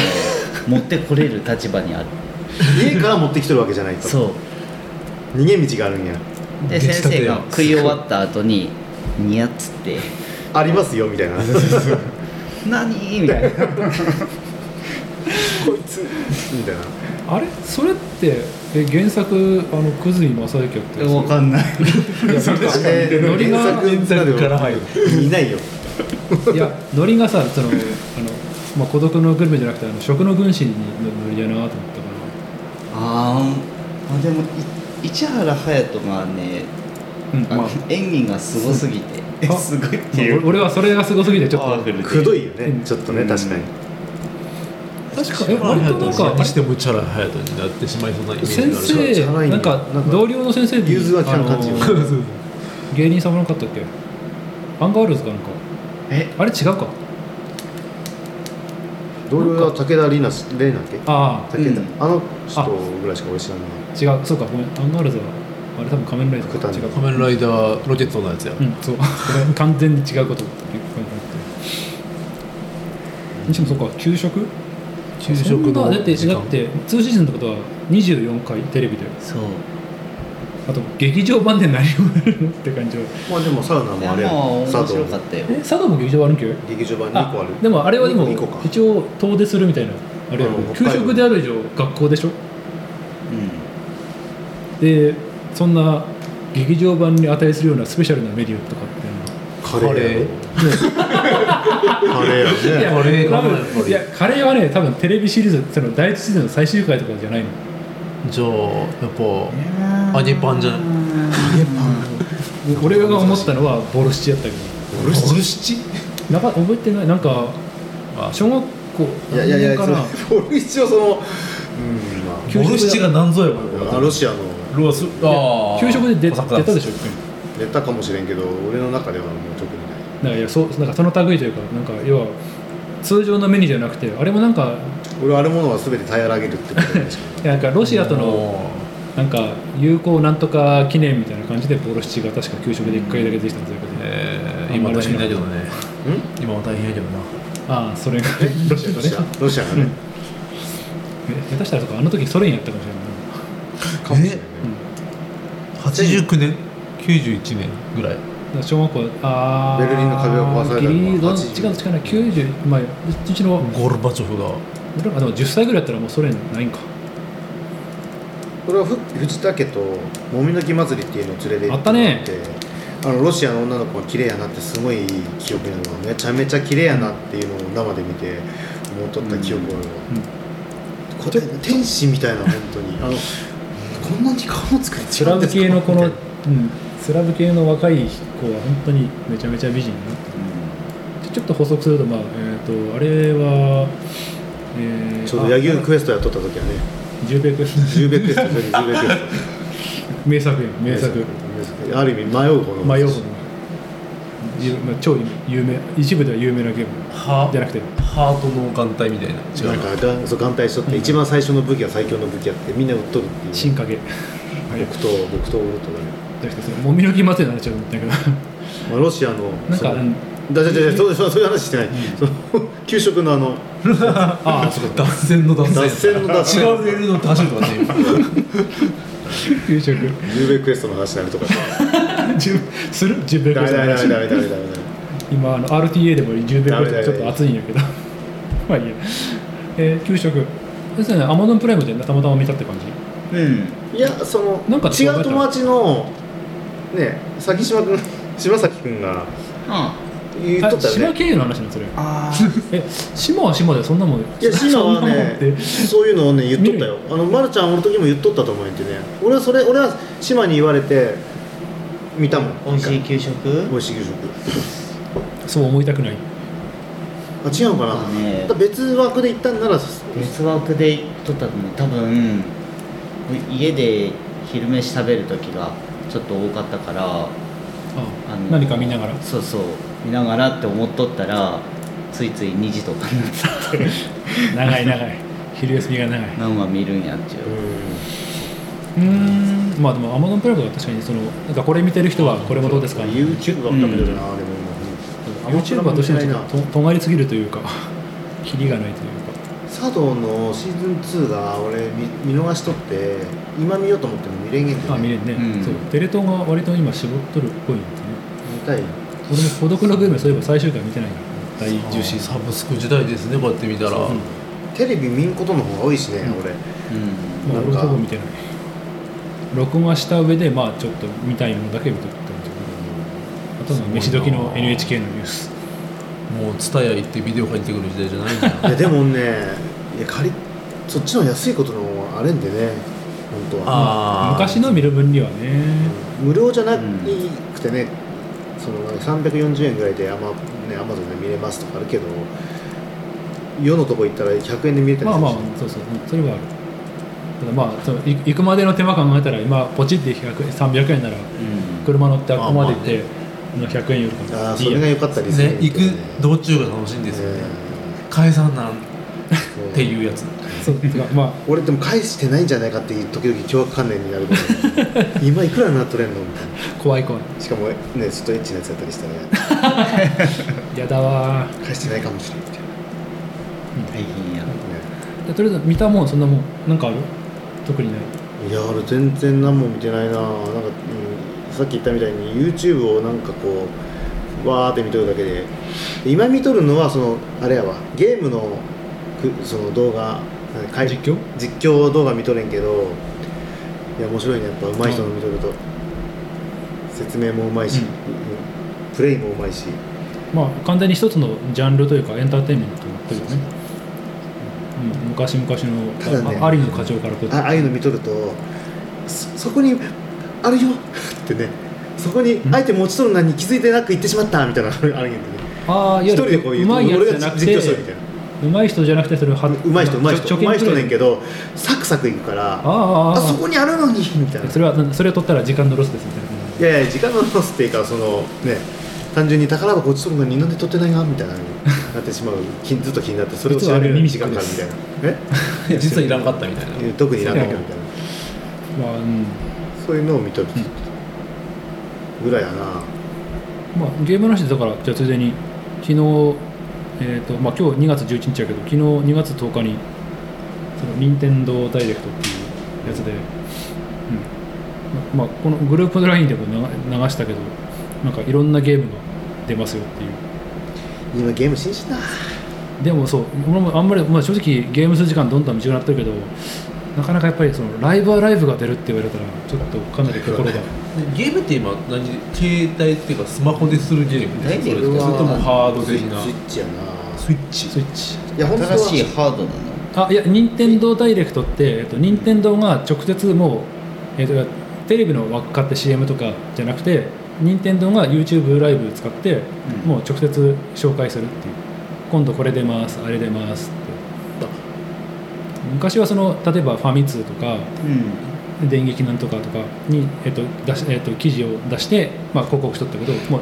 持ってこれる立場に ある家から持ってきてるわけじゃないとそ逃げ道があるんやうで出来先たて生やが食い終わった後に「にやっつってありますよみたいな「何?」みたいな こいつみたいなあれそれってえ原作あの久住正幸やってる分かんないいやなんかえーノリが原作原作から入るいないよいやノリがさそのあの、まあ、孤独のグルメじゃなくてあの食の軍師のノリやなと思ったかあーあでもい市原隼人がね、ら、うんあのまあ演技がすごすぎてえ あすごいって俺いう俺はそれがすごすぎてちょっとくどいよねうんちょっとねうん確かに確かえ割と隼なん人かにしても市原隼人になってしまいそうなイメージ先があるからじ生ゃないんなだんかなんか同僚の先生に融通が利かん感じよあの芸人さんもなかったっけアンガールズかなんかえあれ違うか同僚は武田里奈玲奈っけあ武田、うあの人ぐらいしか俺知らないあ違うそうかごめんアンガールズはあれ多分仮面ライダーか仮違面う仮面ライダーロケットのやつや、うんそう これ完全に違うこと言ってるにしてもそうか給食昼食の時そん間なだってだって通シーズンってことは24回テレビでそうあと劇場版で何をやるのって感じはまあでもサウナいもやあれやもう面佐藤白かったよえ佐渡も劇場版あるんけ劇場版2個ああるでもあれはでも二個か一応遠出するみたいなあれやろうん給食である以上学校でしょうでそんな劇場版に値するようなスペシャルなメニューとかっていうカレーカレーやのねいやカレーか多なやっぱ分りいやカレーはね多分テレビシリーズその第一シーズンの最終回とかじゃないのじゃあやっんいぱやー揚げパンじゃない揚げパン俺が思ったのはボルシチやったけどボルシチなんか覚えてないなんかあ小学校いやいやいやかそれな俺一応そのうんま給食ボルシチが何ぞやもあロシアのロスあー給食で出出おた魚でしょネタかもしれんけど俺の中ではもう特になないんかいやそうなんかその類というかなんか要は通常のメニューじゃなくてあれもなんか俺はあるものは全て平らげるってことでしかなんかロシアとのなんか友好なんとか記念みたいな感じでボルシチが確か給食で1回だけできたんですよ、えあー、んま今り大しな変かっだたけどね今は大変やけどなああそれがロシアとロねシアロシアがねえ 下手したらとかあの時ソ連やったかもしれないかもしれないね89年91年ぐらなだいから小学校ああベルリンの壁を壊されたのはギリギリどっ80ちかどっちかな90まあうちのゴルバチョフが俺らがでも10歳ぐらいやったらもうソ連ないんか俺はふ藤田家ともみの木祭りっていうのを連れて行あったねあのロシアの女の子が綺麗やなってすごい記憶なのはめちゃめちゃ綺麗やなっていうのを生で見て思うとった記憶があるわ、うんうんこれ天使みたいな本当にあのこんなに顔作れスちゃラうんブですか系のこの、うみん、スラブ系の若い子は本当にめちゃめちゃ美人だなちょちょっと補足するとまあえっ、とあれはえたいなーちょうどあ柳生クエストやっとった時はねジューベク十ベクエストそれで十ベクエスト名作やん名作名作ある意味迷うほど迷うほど有まあ超有名一部では有名なゲームハじゃなくてハートの眼帯みたいなな違んうなかがそう眼帯しとって一番最初の武器は最強の武器やってみんな売っとるっていう進化ゲーはい僕と僕と売っとるねじゃなくてそのもみの木祭りの話は思ったけど まあ、ロシアのなんかそのうんだだだだそうそうそういう話してない、その給食のあのああそう脱線の脱線脱線の脱線違うレールの脱線とかね給食 ゆうべクエストの話になるとかジュするジューベダクメスの話ダメダメダメダメダメ今あの RTA でも10ベクちょっと熱いんやけど まあいいや、えー、給食ですよねアマゾンプライムでたまたま見たって感じうんいやそのなんか違う友達のね先島君島崎君があ言っとあった島よね経由の話なんそ れあえ島は島でそんなもんいや島 はそんなもんっねてそういうのをね言っとったよあの、ま、るちゃんおる時も言っとったと思うんやってね俺はそれ俺は島に言われて見たもん美味しい給食美味しい給食そう思いたくないあ違うのかなそうだねだから別枠で行ったんなら別枠で撮ったのも多分家で昼飯食べる時がちょっと多かったからああの何か見ながらそうそう見ながらって思っとったらついつい2時とかになっちゃって長い長い昼休みが長いう何話見るんやっちゅううんーんまあでもアマゾンプライムは確かにそのなんかこれ見てる人はこれもどうですか YouTube ばっか見るな、でも YouTuber としてもちょっとととがりすぎるというかキリがないというか佐藤のシーズン2が俺見見逃しとって今見ようと思っても見れんげんじゃあない見見れんね、うんそうテレ東が割と今絞っとるっぽいんですねたい俺も「孤独のグルメ」そういえば最終回見てないから第10シーズンサブスク時代ですねこうやって見たらそううんテレビ見んことの方が多いしね、俺まあ、うんなんか俺ほぼ見てない録音はした上でまあちょっと見たいものだけ見とくって感じあとは飯時の NHK のニュースもう蔦屋行ってビデオ借りてくる時代じゃないんだいやでもねいや借りそっちの安いことの方があれんでね本当はあー昔の見る分にはね無料じゃなうくんてね、その340円ぐらいでアマ,、ね、アマゾンで見れますとかあるけど世のとこ行ったら100円で見れたりまあするまあし、そうそううんそれはあるただまあそのい行くまでの手間考えたら今ポチって100 300円ならうん車乗ってあっこまで行っまての100円よりかもあーそれが良かったりするねんや行けどく道中が楽しいんですよね解散なんっていうやつそうてかま俺でも返してないんじゃないかっていう時々凶悪観念になること 今いくらになっとれんのみたいあ怖い怖いなしかもねちょっとエッチなやつだったりしたらやだわ返してないかもしれんみたいな大変やーでとりあえず見たもんそんなもんなんかある特にないいや俺全然何も見てないななんか、うん、さっき言ったみたいに YouTube をなんかこうわーって見とるだけで今見とるのはそのあれやわゲームのくその動画なんか実況実況動画見とれんけどいや面白いねやっぱ上手い人の見とると、説明も上手いし、うんプレイも上手いしまあ完全に一つのジャンルというかエンターテインメントというかねうん、昔々の、ただねあありの課長からこうあああいうの見とるとそそこにあるよってねそこに相手持ちとるのに気づいてなく行ってしまったみたいなのあるあるんやんねああい一や人でこういうまいやつ俺じゃながく実て況しとるみたいなうまい人じゃなくてそれをはうまい人うまい人貯貯う金まい人ねんけどどサクサクいくからあああああそこにあるのにみたいなそれはそれを取ったら時間のロスですみたいないやいや時間のロスっていうかそのね単純に宝箱落ちとるのになんで取ってないなみたいなのになってしまうきずっと気になってそれを調べるのに時間かかるみたいなえ 実はいらんかったみたいなえ特になんだけどみたいなまあ、うんそういうのを見とるぐらいやなまあ、ゲームの話だからじゃあついでに昨日えっ、とまあ今日2月11日やけど昨日2月10日にその任天堂ダイレクトっていうやつで、うんまあ、このグループラインでも流流したけどなんかいろんなゲームが出ますよっていう今ゲーム禁止だでもそう俺もあんまり、まあ、正直ゲームする時間どんどん短くなってるけどなかなかやっぱりそのライブはライブが出るって言われたらちょっとかなり心がでゲームって今何携帯っていうかスマホでするゲームですかそれ何ともハード的なスイッチやなスイッチスイッチいや本当は新しいハードなのあいや任天堂ダイレクトって、えっと、任天堂が直接もう、えっと、テレビの輪っかって CM とかじゃなくて任天堂が YouTube ライブ使って、うんもう直接紹介するっていう今度これ出ますあれ出ますって昔はその例えばファミ通とかうん電撃なんとかとかに、えっと出しえっと、記事を出して、まあ、広告しとったけどもう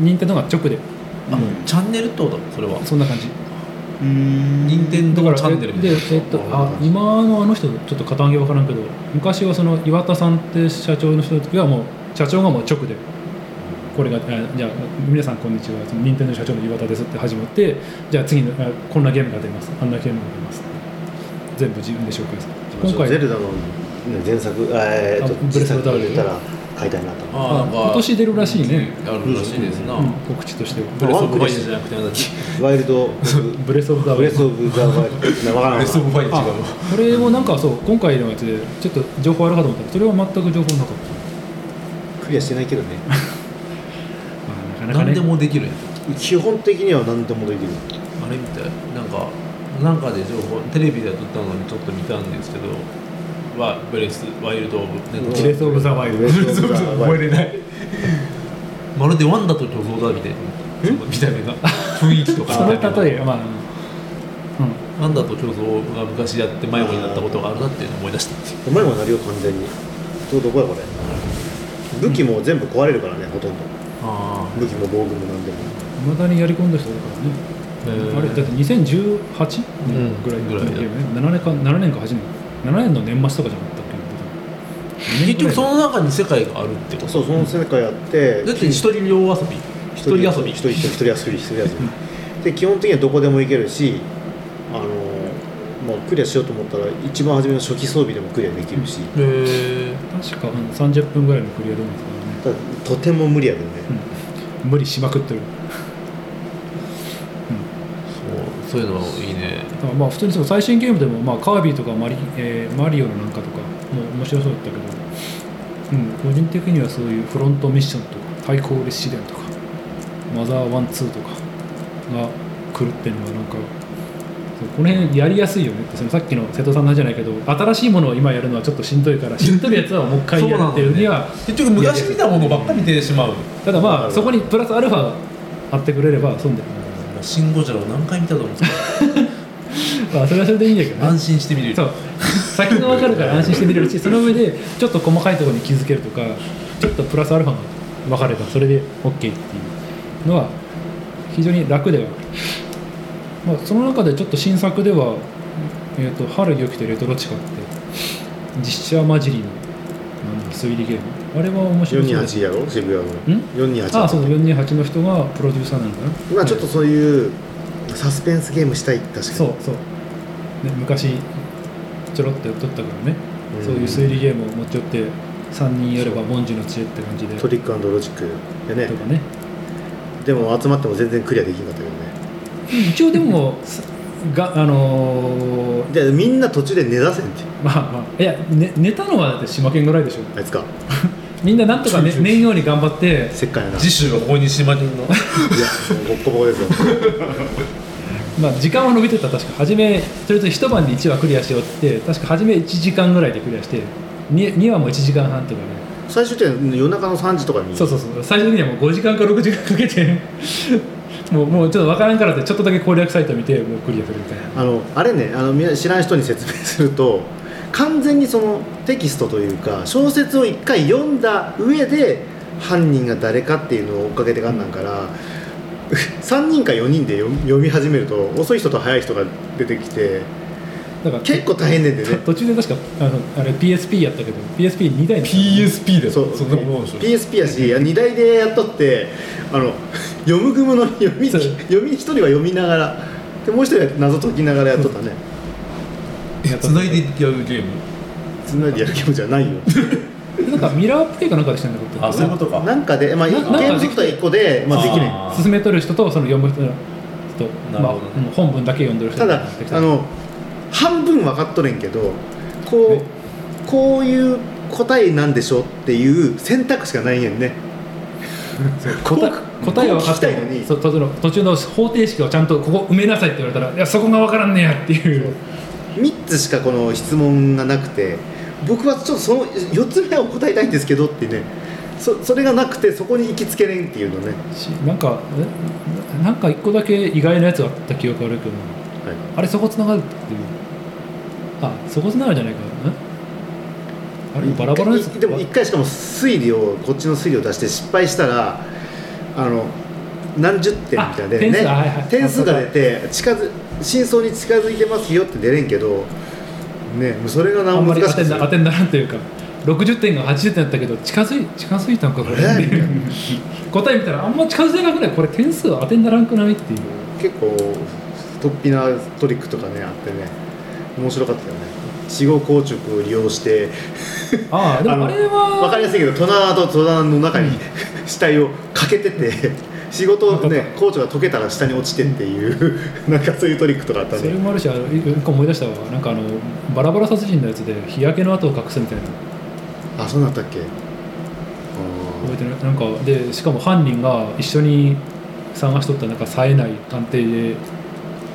任天堂が直であうんチャンネルってことそれはそんな感じうーん任天だ堂からチャンネルみたでいなえっとあ今のあの人ちょっと肩上げ分からんけど昔はその岩田さんって社長の人の時はもう社長がもう直でこれがあじゃあ皆さんこんにちはその任天堂社長の岩田ですって始まってじゃあ次のあこんなゲームが出ますあんなゲームが出ます全部自分で紹介する今ゼ回ルダの前作あえーっとあブレスオブザワイルド自作言ったら買いたいなと思あなんか今年出るらしいねあるらしいですな、うん告知としてはブレスオブファイヤーじゃなくてなんだっけうワイルドブレス・オブ・ザ・ブワイレルスドオブザワイルドなわからんわブレスオブファイヤー違これうわもなんかそう今回のやつでちょっと情報あるかと思ったらそれは全く情報なかっクリアしてないけどねた、まあ、なかなか何でねもできるやん基本的には何でもできるあれみたいなんかなんかで情報テレビで撮ったのにちょっと見たんですけどはブレスワイルドオブなんブかレス・オブ・ザ・ワイルドブレスオブザワイル 覚えれドないまるでワンダと巨像だみたいなその見た目が雰囲気とかその見た目が例えまあ、うん、ワンダと巨像が昔やって迷子になったことがあるなっていうのを思い出したっていうお前もなるよ完全にちょうどこやこれ武器も全部壊れるからねほとんどあ武器も防具も何でも未だにやり込んだ人いるからね、あれだって2018年ぐらいうんぐらいだだよね7年か7年か8年7年の年末とかじゃなかったっけ結局そのの中に世界があるってことそうその世界やってだって一人両遊び一人遊び一人一人一人遊び一人遊びで基本的にはどこでも行けるしあのまあクリアしようと思ったら一番初めの初期装備でもクリアできるしへえ確か、うん、30分ぐらいのクリアでもですからねただとても無理やけどね無理しまくってるそうそういうのいいねだからまあ普通にその最新ゲームでも、まあ、カービィとかマリ,、えーマリオのなんかとかも面白そうだったけど、うん、個人的にはそういうフロントミッションとか対抗レシデンとかマザー12とかが来るっていうのはなんかそうこの辺やりやすいよねってそのさっきの瀬戸さんの話じゃないけど新しいものを今やるのはちょっとしんどいからしんどいやつはもう一回やるっていうには、結局昔見たものばっかり見てしまうただまあそこにプラスアルファあってくれれば損だよねシン・ゴジラを何回見たと思うんですかまあそれはそれでいいんだけどね安心して見れるそう先が分かるから安心して見れるしその上でちょっと細かいところに気づけるとかちょっとプラスアルファが分かればそれで OK っていうのは非常に楽ではある、まあ、その中でちょっと新作ではえー、と春よきとレトロチカって実写混じりのなんだ推理ゲームあれは面白い428やろ渋谷の428ああそうだ428の人がプロデューサーなのかなまあちょっとそういうサスペンスゲームしたい確かにそうそう、ね、昔ちょろっとやっとったからね、そういう推理ゲームを持ち寄って3人やれば凡人の知恵って感じでトリックロジックでねとかねでも集まっても全然クリアできなかったけどね一応でもさがあのーでみんな途中で寝だせんってまあまあいや、ね、寝たのはだって島県ぐらいでしょあいつかみんななんとか、ね、寝んように頑張ってせっかいやな次週はここに島人のいやもうボッコボコですよまあ、時間は伸びてた確か初めそれと一晩で1話クリアしようって確か初め1時間ぐらいでクリアして 2, 2話も1時間半とかね最終的に夜中の3時とかにそうそうそう最終的にはもう5時間か6時間かけてもうもうちょっとわからんからってちょっとだけ攻略サイト見てもうクリアするみたいなあのあれねあのみな知らん人に説明すると完全にそのテキストというか小説を一回読んだ上で犯人が誰かっていうのを追っかけてかんなんから、3人か4人で読み読み始めると遅い人と早い人が出てきてだから結構大変でんでね 途中で確かあのあれ PSP やったけど PSP2 台の PSP でそうそんなもんでしょ PSP やし荷台でやっとってあの読む組の読みそう読み一人は読みながらでもう一人は謎解きながらやっとった ねえ繋いでやるゲームつないでやる気分じゃないよなんかミラープレイかなんかでしたんだけどあそういうことかなんかで、まあ、ゲななんかできームソフトは1個で、まあ、できないあー進めとる人とその読む人の人なるまあほどねうん本文だけ読んでる人ただあの半分分かっとれんけどこう、ねこういう答えなんでしょうっていう選択しかないんやんね 答え答えは分かってこう聞きたいのにそう途中の途中の方程式をちゃんとここ埋めなさいって言われたらいやそこが分からんねやっていう3つしかこの質問がなくて僕はちょっとその4つ目を答えたいんですけどってねそそれがなくてそこに行きつけれんっていうのね、しなんかえなんか一個だけ意外なやつがあった記憶あるけどはあれそこつながるっていうあそこつながるじゃないかなあれい、バラバラのやつでも1回しかも推理をこっちの推理を出して失敗したらあの何十点みたいなねあ点数あはいはい点数が出て近づ真相に近づいてますよって出れんけどねもうそれがあ何んまもり難当てしくてんな当てんならんというか60点が80点だったけど近づい近づいたんかこれえーみたいな答え見たらあんま近づいてなくないこれ点数当てんならんくないっていう結構突飛なトリックとかねあってね面白かったよね死後硬直を利用してああであものあれ分かはりやすいけど戸棚と戸棚の中に 死体をかけてて仕事をね校長が溶けたら下に落ちてっていう なんかそういうトリックとかあったそれねもあるしあの一個思い出したわなんかあのバラバラ殺人のやつで日焼けの跡を隠すみたいなあそうなんだったっけあ覚えてないなんかでしかも犯人が一緒に探しとったなんか冴えない探偵でー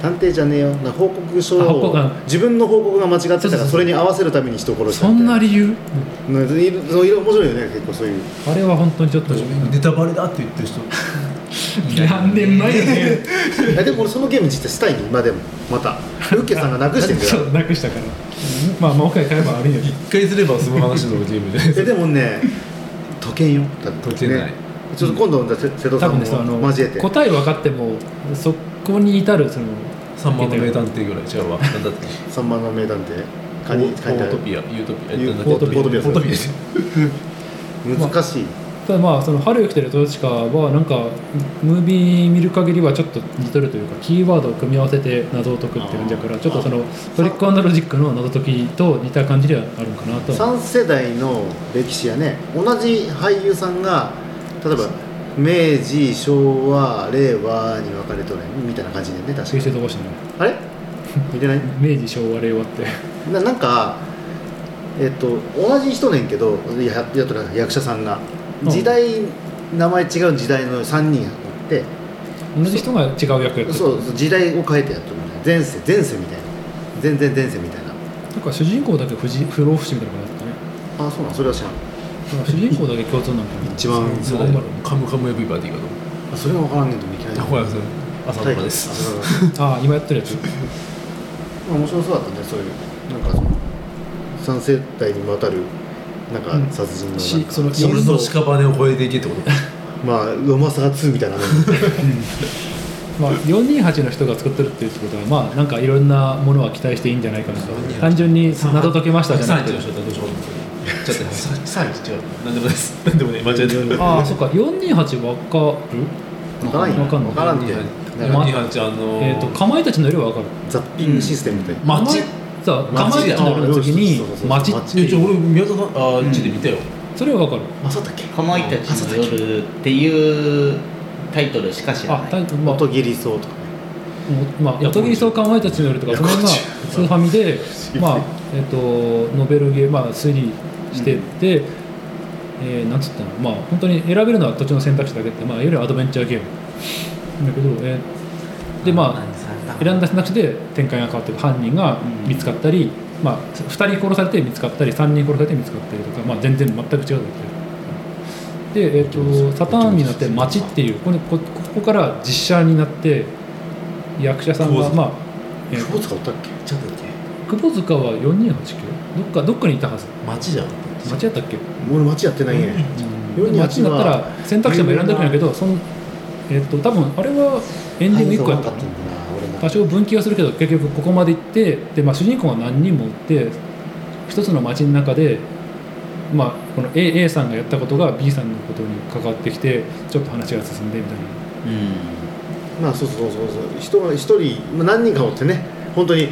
探偵じゃねえよな報告書あ報告をあ自分の報告が間違ってそたうかそうらそうそれに合わせるために人を殺したそんなり理由いろいろ面白いよね結構そういうあれは本当にちょ っとネタバレだって言ってる人何年前よねいやでも俺そのゲーム実際したいに今でもまたルッケさんがなくしてん だそようなくしたからまあもう一回買えばあるんやけど 一回すればその話のゲーム でえでも ね解けんよだって解けないねちょっと今度瀬戸さ多ん分ねそのも交えて答え分かってもそこに至るその三万の名探偵ぐらい違うわなんだっけ三万の名探偵カニカオニーだトピアユートピアユーえっとなんだっけオートピアオートピアです難しい、ただまあその春よ来てるトシカはなんかムービー見る限りはちょっと似とるというかキーワードを組み合わせて謎を解くっていうんじゃからちょっとそのトリックロジックの謎解きと似た感じではあるんかなと三世代の歴史やね同じ俳優さんが例えば明治昭和令和に分かれとるみたいな感じでね確修か正にとかしてないあれ見てない明治昭和令和 ってななんかえっと同じ人ねんけどややっとる役者さんがうん時代、名前違う時代の3人やって同じ人が違う役やってそるうそう時代を変えてやってるみたいな前世前世みたいな全然前世みたいななんか主人公だけ不死不老不死みたいな感じだったねあそうなんそれは知らんなんか主人公だけ共通なんかな一番そうだよカムカムエビバディかと思あそれは分からんねんともいきなうり名古屋さん朝の場ですあ大河あ今やってるやつまあ面白そうだったねそういうなんかその三世代にわたるなんうんか殺人のしなんかその俺の屍を超えていけってこと まあロマサガ2みたいなのまあ、428の人が作ってるっていうことはまあなんかいろんなものは期待していいんじゃないかなと単純に謎解けましたじゃなくて331だとどうしようちょっと331違うなんでもないですなんでもない間違えてるああそっか428わかる分からんよわかんない分からんってま428あのえっ、とかまいたちの色はわかるザッピングシステムみたいな街さあかまいたちの夜の時そうそうそにう街っ街ていえちょう俺宮田さんあーちで見たよ、それはわかるあそうだっけかまいたちの夜っていうタイトルしか知らあないタイトルまあ音切りそうとかねもまあ、やとぎりそうかまいたちの夜とかいやその辺がこスーファミで、まあえっとノベルゲー、まあ、3してって、えーなんつったのまあ本当に選べるのは土地の選択肢だけって、まあ、いわゆるアドベンチャーゲームだけど、えーでまあ選んだ選択肢で展開が変わっていく犯人がうん見つかったり、まあ、2人殺されて見つかったり3人殺されて見つかったりとか、まあ、全然全く違うだけでで、えっとサターンになって「街」っていうこれこここから実写になって役者さん久保が、塚まあえ久保塚おったっけちょっとだっけー久保塚は4289どっかどっかにいたはず街じゃん街やったっけ俺街やってないんやで4289街だったら選択肢も選んでくんやけどその、えっと多分あれはエンディング1個やったんだな俺な多少分岐はするけど結局ここまで行ってで、まあ、主人公が何人もおって一つの街の中で、まあ、この A, A さんがやったことが B さんのことに関わってきてちょっと話が進んでみたいなうんまあそうそうそうそう人が一人、まあ、何人かおってね本当に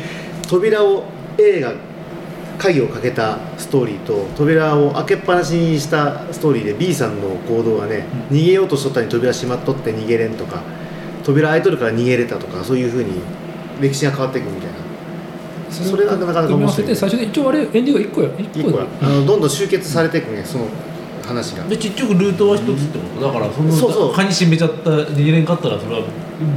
扉を A が鍵をかけたストーリーと扉を開けっぱなしにしたストーリーで B さんの行動がね、うん逃げようとしとったに扉閉まっとって逃げれんとか扉開いとるから逃げれたとかそういうふうに歴史が変わっていくみたいなそれがなかなか組み合面わせ白てい最終的に一応あれエンディング1個や一1個個ややあのどんどん集結されていくねその話がで結局ルートは一つってことだからそのそうそう蚊に締めちゃった逃げれんかったらそれは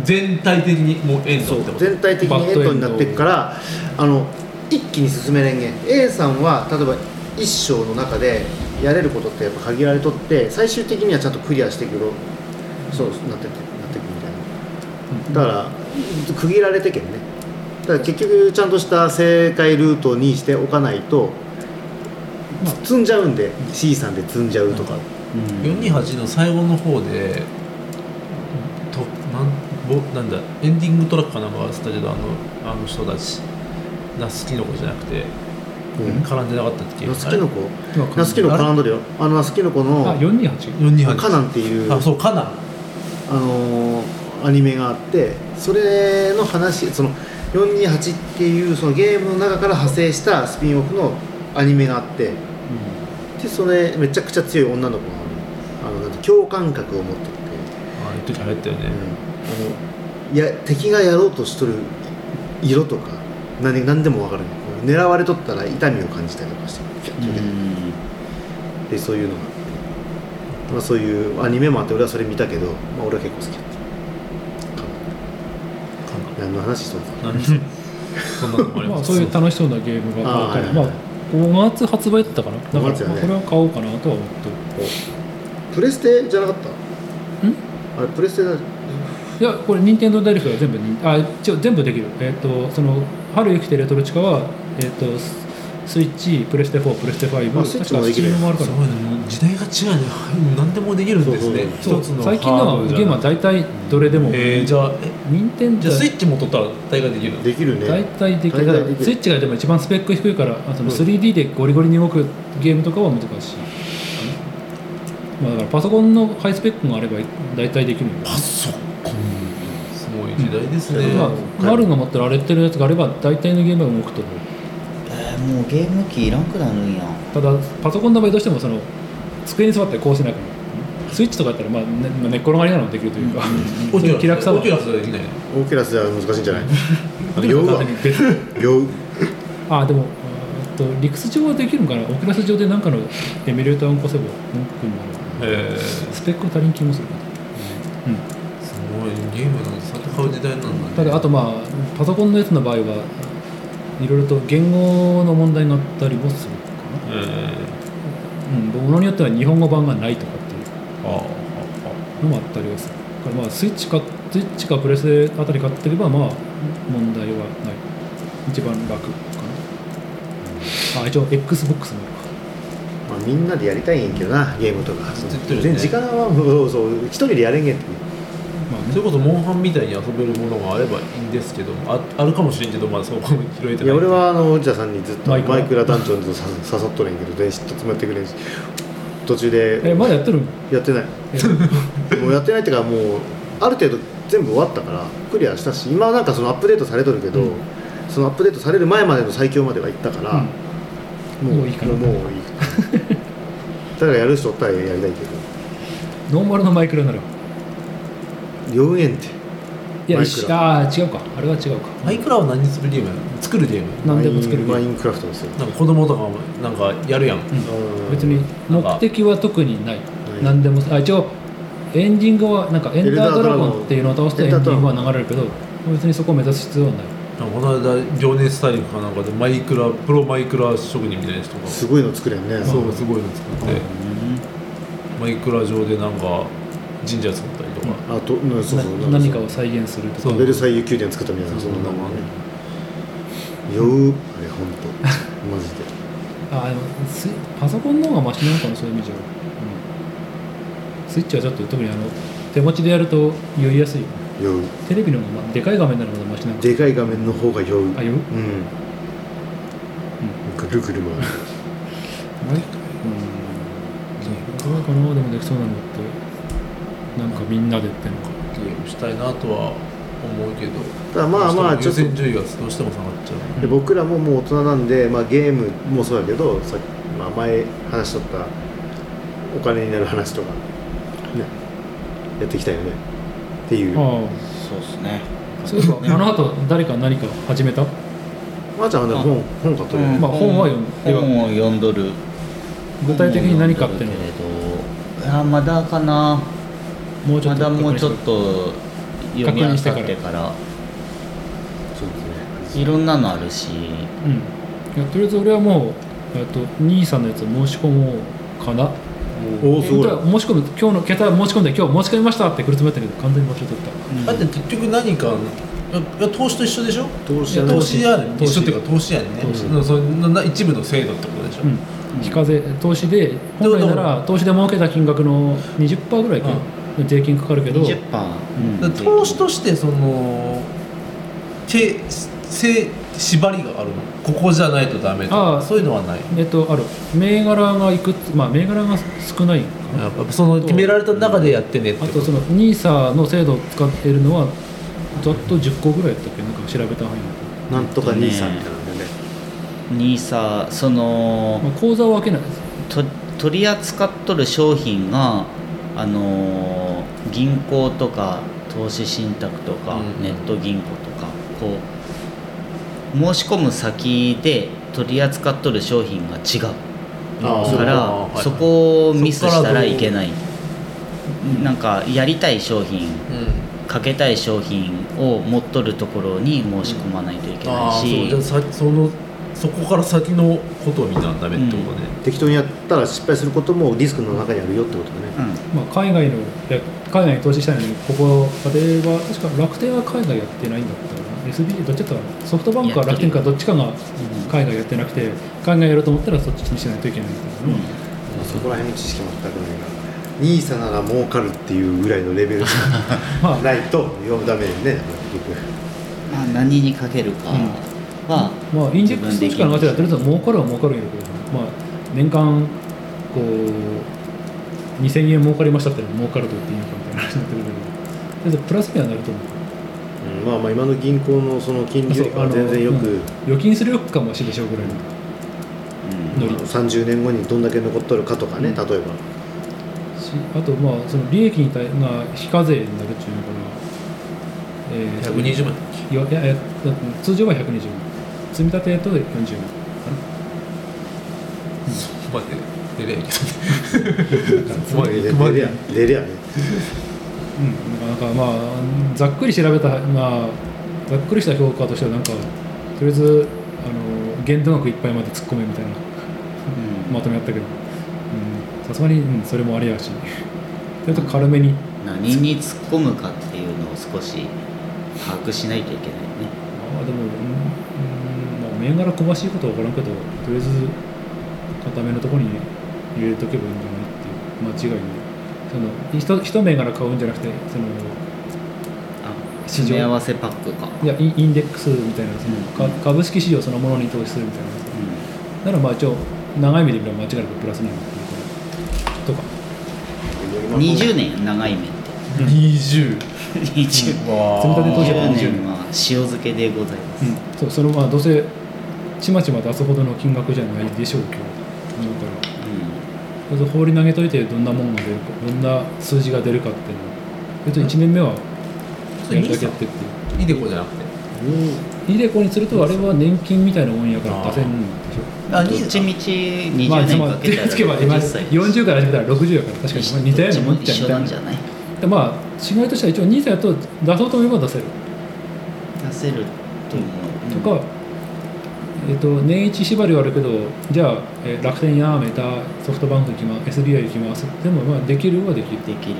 全体的にもうエンそドってうこと全体的にエンドになっていくからあの一気に進めれんげん A さんは例えば一章の中でやれることってやっぱ限られとって最終的にはちゃんとクリアしていくろそうなってってなっていくみたいなだから区切られてけんねだから結局ちゃんとした正解ルートにしておかないとまあ積んじゃうんで C さんで積んじゃうとか428の最後の方でとなんぼなんだエンディングトラックかなんか忘れたけどあのあの人たちナスキノコじゃなくて絡んでなかったっけナスキノコ今ナスキノコ絡んどるよあのナスキノコのあ428 428カナンっていうあそうカナンあのーアニメがあってそれの話その428っていうそのゲームの中から派生したスピンオフのアニメがあってでそれめちゃくちゃ強い女の子があのなんて共感覚を持ってて、あ一時流行ったよね、あのいや敵がやろうとしとる色とか何何でも分かる狙われとったら痛みを感じたりとかしてうんうんでそういうのがあって、まあ、そういうアニメもあって俺はそれ見たけど、まあ、俺は結構好きだった何の話しとんのカナン何 そんなのもありままあ、すそういう楽しそうなゲームがあったあり、ーまはあいは5い、月発売だったかなだから、五月やねまあこれは買おうかなとは思ってプレステじゃなかったんあれプレステだるいやこれ任天堂ダイレクトは全部にあ一応全部できるえっ、とその春雪てレトロチカはえっ、とススイッチプレステ4プレステ5あスイッチもできる確か Steam もあるかすらごいねもう時代が違うねもう何でもできるんですねそう一つの最近のはゲームは大体どれでも、えー、じゃあえ任天じ堂ゃあスイッチも取ったら大概できるのできる大ね体できる大体できるスイッチがでも一番スペック低いからあそのうん 3D でゴリゴリに動くゲームとかは難しい、まあ、だからパソコンのハイスペックがあれば大体できるよパソコンすごい時代ですね、うんまあうん、丸が持ってる荒れてるやつがあれば大体のゲームは動くと思うえーもうゲーム機いらんくなるんやただパソコンの場合どうしてもその机に座ってこうしなくなるスイッチとかやったら、まあねまあ寝っ転がりなのもできるというか、 オキュラス気楽さはオキュラスはできないのオーキュラスでは難しいんじゃないあので酔もうわ勝手に別に 酔うあでもえーっと理屈上はできるのかなオキュラス上で何かのエミュレーターを起こせば文句になるえー、すスペック足りん気もするかうんごいゲームなんてさて買う時代なんだたねだあとまあパソコンのやつの場合はいろいろと言語の問題があったりもするかえー、な、うん、ものによっては日本語版がないとかっていうあああのもあったりはするだからまあスイッチかスイッチかプレステあたり買ってればまあ問題はない一番楽かなあ一応 XBOX もあるかまあ、みんなでやりたいんやけどなゲームとかずっとやってるよね 全然時間はもうそう一人でやれんげんってねまあそれこそモンハンみたいに遊べるものがあればいいんですけどああるかもしれんけどまだそこも拾えてないいや俺はあの内田さんにずっとママイクライクラダンジョンズさ 誘っとるんやけど電子詰めてくれんし途中えでまだやってるやってないもうやってないっていうかもうある程度全部終わったからクリアしたし今はなんかそのアップデートされとるけど、うんそのアップデートされる前までの最強までは行ったから、もうもういいかなもういいだからやる人おったらやりたいけノーマルのマイクロになるど4円っていやマイクああー違うかあれは違うかマイクラは何するゲームやの作るゲーム何でも作れるマインマインクラフトですよ、なんか子供とかもなんかやるやん、うん別に目的は特にないない何でもあ一応エンディングはなんかエンダードラゴンっていうのを倒すとエエンルデダィードラングゴンは流れるけど別にそこを目指す必要はないなんかこの間情熱大陸かなんかでマイクラプロマイクラ職人みたいな人がすごいの作れんねそうすごいの作って、マイクラ上でなんか神社作ったりとか、あとうんそうそうな何かを再現するとそかうベルサイユ宮殿作ったみたいなそんなもんね酔うあれ本当マジであでもスイパソコンの方がマシなのかなそういう意味じゃ、うん、スイッチはちょっと特にあの手持ちでやると酔いやすいよね酔うテレビの方がまでかい画面ならまだマシなのかでかい画面の方が酔うあ酔ううんぐるぐる回るマイクうんどうかなでもできそうなのってなんかみんなでってのかゲームしたいなとは思うけどただまあまあち優ょっと先順位がどうしても下がっちゃうで僕らももう大人なんで、まあ、ゲームもそうだけどさ、まあ、前話しとったお金になる話とかねやっていきたいよねっていうまあそうですねあそういえば、あの後誰か何か始めた、ーちゃんはねあ本本買っとるよね、まあ本は読んでは本を読んどる具体的に何かっていう本のを読んどるけれどいやまだかなもうちょっまとだもうちょっと読みあさっ確認しててからそうですねいろんなのあるしうんいやとりあえず俺はもうえっと兄さんのやつ申し込もうかなおおすごいだから申し込む今日の桁申し込んで今日申し込みましたって来るつもりだったけど完全に忘れとっだって結局何かいや投資と一緒でしょ投資いや投投資資やねん投資一緒っていうか投資やねんね投資うんそんなな一部の制度ってことでしょ、た、うん、非課税投資で本来なら投資で儲けた金額の20%ぐらいか、税金かかるけど20パだーから投資としてそのけせ縛りがあるのここじゃないとダメとああかそういうのはないえっとある銘柄がいくつまあ銘柄が少ないかなやっぱその決められた中でやってねってあことその NISA の制度を使ってるのはざっと10個ぐらいだったっけなんか調べた範囲なんとか兄さんみたいなんでねにさそのまあ、口座を開けないですと取り扱っとる商品があのー銀行とか投資信託とか、うんネット銀行とかこう申し込む先で取り扱っとる商品が違うあーからあーはいそこをミスしたらいけないどうなんかやりたい商品うんかけたい商品を持っとるところに申し込まないといけないああそうしじゃあさそのそこから先のことを見なダメってことね、適当にやったら失敗することもリスクの中にあるよってことだね、うんまあ、海外のや海外に投資したいのにここ例えば確か楽天は海外やってないんだったかな SB どっちだったかなソフトバンクか楽天かどっちかが海外やってなくて海外やろうと思ったらそっちにしないといけないみたいな、そこら辺の知識全くないから兄さんなら儲かるっていうぐらいのレベルじゃまあないと呼ぶた めにね結局まあ、何にかけるかは、まあ、インデックス投資家の方でやってると儲かるは儲かるんやけど、まあ、年間こう2000円儲かりましたってのは儲かると言っていいのかみたいな話になってくるけどとりあえずプラスにはなると思ううんまあまあ今の銀行のその金利よりかは全然よく、うん預金するよっかもしれしょうぐらいのノうんリまあ30年後にどんだけ残っとるかとかね、うん例えばしあとまあその利益に対が非課税になるっていうのかな、えー120万いやいやいや通常は120万積み立てと40万まで出 れやけどまあレレレやレレやねうん、なんかまあざっくり調べた、まあ、ざっくりした評価としてはなんかとりあえずあの限度額いっぱいまで突っ込めみたいなうんまとめあったけどうんさすがに、うん、それもありやし ちょっと軽めに何に突っ込むかっていうのを少し把握しないといけないねああでも、うんうんまあ、銘柄詳しいことは分からんけどとりあえず固めのところに入れとけばいいんじゃないっていう間違いないその一一銘柄買うんじゃなくてその市詰め合場わせパックか、いやインインデックスみたいなそのか株式市場そのものに投資するみたいなならまあ一応長い目で見れば間違いなくプラスになるっていうこととかうん、20年長い目って20 20積み立て投資は20 20年は塩漬けでございまうす、ん、そうそれはどうせちまちま出すほどの金額じゃないでしょうけど思うからまず放り投げといてどんなもんが出るかどんな数字が出るかっていうのを別に1年目はやるだけやってっていういいでこじゃなくてイデコにするとあれは年金みたいなもんやから出せんでしょうん、どっちみちまあ20つ年まかりけ手たをつけばら今50歳40から始めたら60やから確かにまあ似たようなもんっちゃ一似緒たようなんなじゃないでまあ違いとしては一応 NISA やと出そうと思えば出せる出せると思う、とか、えっと年一縛りはあるけどじゃあ、えー楽天やめたソフトバンク行きます SBI 行きますでもまあできるはできるできる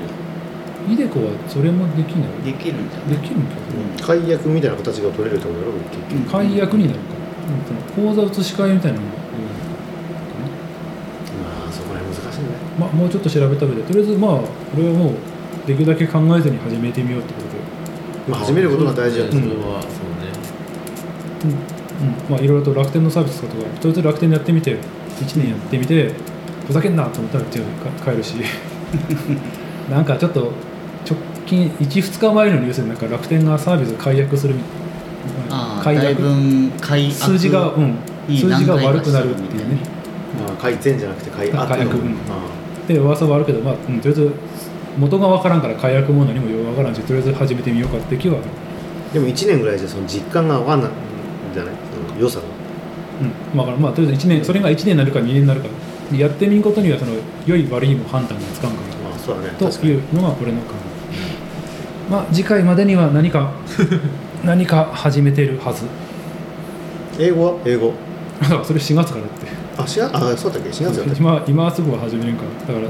イデコはそれもできないでできるんじゃないきるんだ解約みたいな形が取れるってことだろ結局けど解約になるから、うん、その口座移し替えみたいなのも、まあそこら辺難しいねまあ、もうちょっと調べた上でとりあえずまあこれはもうできるだけ考えずに始めてみようってことでまあ始めることが大事だとそれ思うはそううんうんまあ、いろいろと楽天のサービスとかとりあえず楽天でやってみて1年やってみてふざけんなと思ったら違うか帰る しなんかちょっと直近12日前のニュースでなんか楽天がサービスを解約するみああ解だいぶ約解約数字が、うん、いい数字が何回か悪くなるっていうしてるみねたいまあ改善じゃなくて解約解約あうんあで噂はあるけど、まあうん、とりあえず元が分からんから解約も何もよう分からんしとりあえず始めてみようかって気はある、でも1年ぐらいじゃその実感が分かんないんじゃないその良さがうんまあ、まあとりあえず1年それが1年になるか2年になるかでやってみることにはその良い悪いも判断がつかんから。まあそうだねと確かにいうのがこれの感じ、まあ、次回までには何 か何か始めてるはず英語は英語だからそれ4月からってあしああそうだっけ4月だったっけ今今すぐは始めるんかだから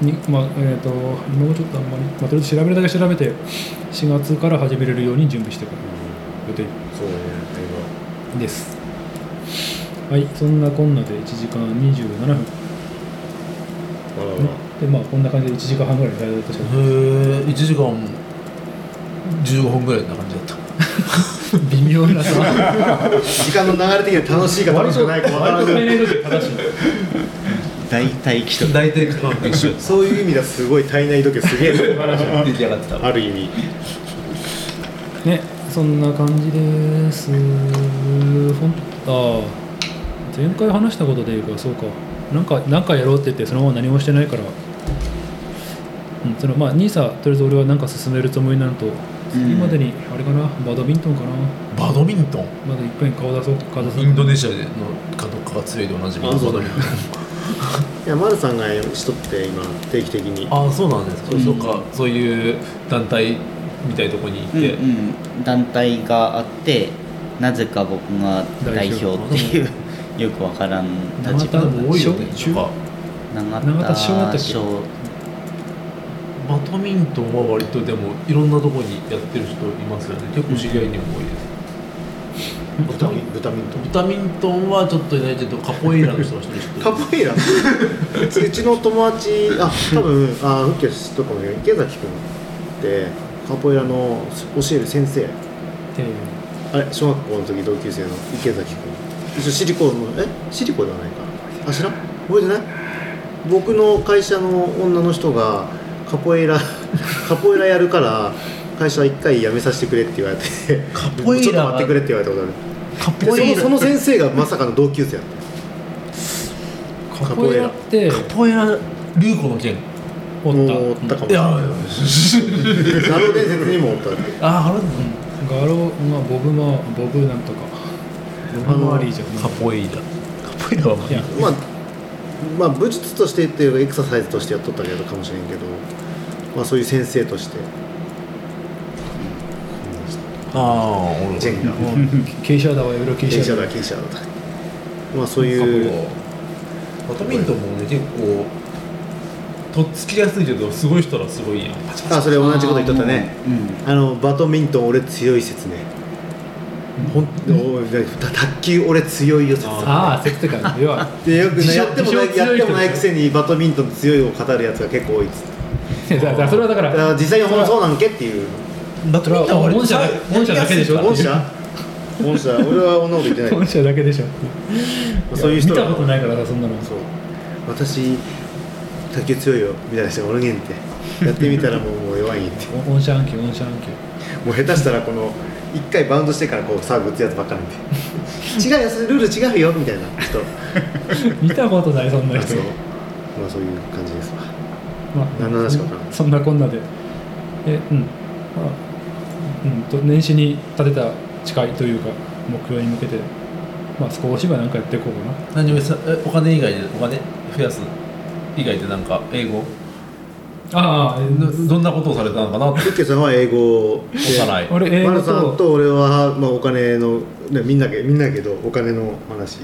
にまあえっ、と今もちょっとあんまり、まあ、とりあえず調べるだけ調べて4月から始めれるように準備してくる予定そうだねですはいそんなこんなで1時間27分英語あらあらでまあこんな感じで1時間半ぐらいだいとしてですねへえ1時間15分ぐらいな感じだった 微妙なさ 時間の流れ的には楽しいか楽しくないか分からんけど正しい大体既得大体一緒そういう意味ではすごい体内時計すげえな出来上がってたある意味ねそんな感じですほんあー前回話したことでいうかそうかなんかなんかやろうって言ってそのまま何もしてないから、うん、そのまあ NISA とりあえず俺は何か進めるつもりなのと次までにあれかなバドミントンかなバドミントンまだいっぺん顔出そう顔出そうインドネシアでのかどっかが強いでおなじみのあそうだバドミントンいや丸さんがしとって今定期的にあそうなんですか、うんそうかそういう団体みたいなとこに行っうて、んうん、団体があってなぜか僕が代表っていうよくわからんま立場たでも多いよね小なんか長田田小だったっけ小バドミントンは割とでもいろんなとこにやってる人いますよね結構知り合いにも多いです、豚ミ豚ミントブタミントンはちょっといないけどカポエイラの人は一人知ってるカポエイラうちうちの友達あ多分あウッケ知っとくかもしれない池崎君ってカポエイラの教える先生手あれ小学校の時同級生の池崎君一緒シリコンのえシリコンではないかあ知らん覚えてない僕の会社の女の人がカポエイラ カポエイラやるから会社一回辞めさせてくれって言われてカポエイラちょっと待ってくれって言われたことあるカでそポエイのラその先生がまさかの同級生だったカポエラってカポエラルーコの剣おっもたうおうんったかもいしれなやい なる伝説にもおったああるガロまあボブマボブなんとかボブマリーじゃんカポエイラカポエイラはまあいやまあまあ武術としてっていうかエクササイズとしてやっとったけどかもしれんけどまあそういう先生としてあー俺ジェンガもう 傾斜だわいろいろ傾傾斜斜だだ傾斜だまあそういうバドミントンもね結構とっつきやすいけどすごい人らすごいやんパチパあそれ同じこと言っとったねあーもうあのバドミントン俺強い説ねほんおいた卓球俺強いよ説ああ説かではでよくね自称やってもない自や称強っい人てもないくせにバドミントン強いを語るやつが結構多いっついってやだからそれはだかだからら実際にほんまそうなんけっていうバドミントンは俺本社だ本社だけでしょ御社御社俺は女を見てない本社だけでしょそういう人見がたことないからさそんなのそう私卓球強いよみたいな人がおるげんってやってみたらもうもう弱いんって本社暗記本社暗記 もう下手したらこの1回バウンドしてからこうサーブ打つやつばっかな んで違うよそれルール違うよみたいな人見たことないそんな人そうまあそういう感じですわまあ何の話か分からんそんなこんなでえうんまあうんと年始に立てた誓いというか目標に向けてまあ少しはなんかやっていこうかな何をさえお金以外でお金増やす以外でなんか英語ああえどどんなことをされたのかなっユてッケさんは英語でおさらい俺英マ語ルさんとと俺は、まあ、お金の、ね、みんなけみんなけどお金の話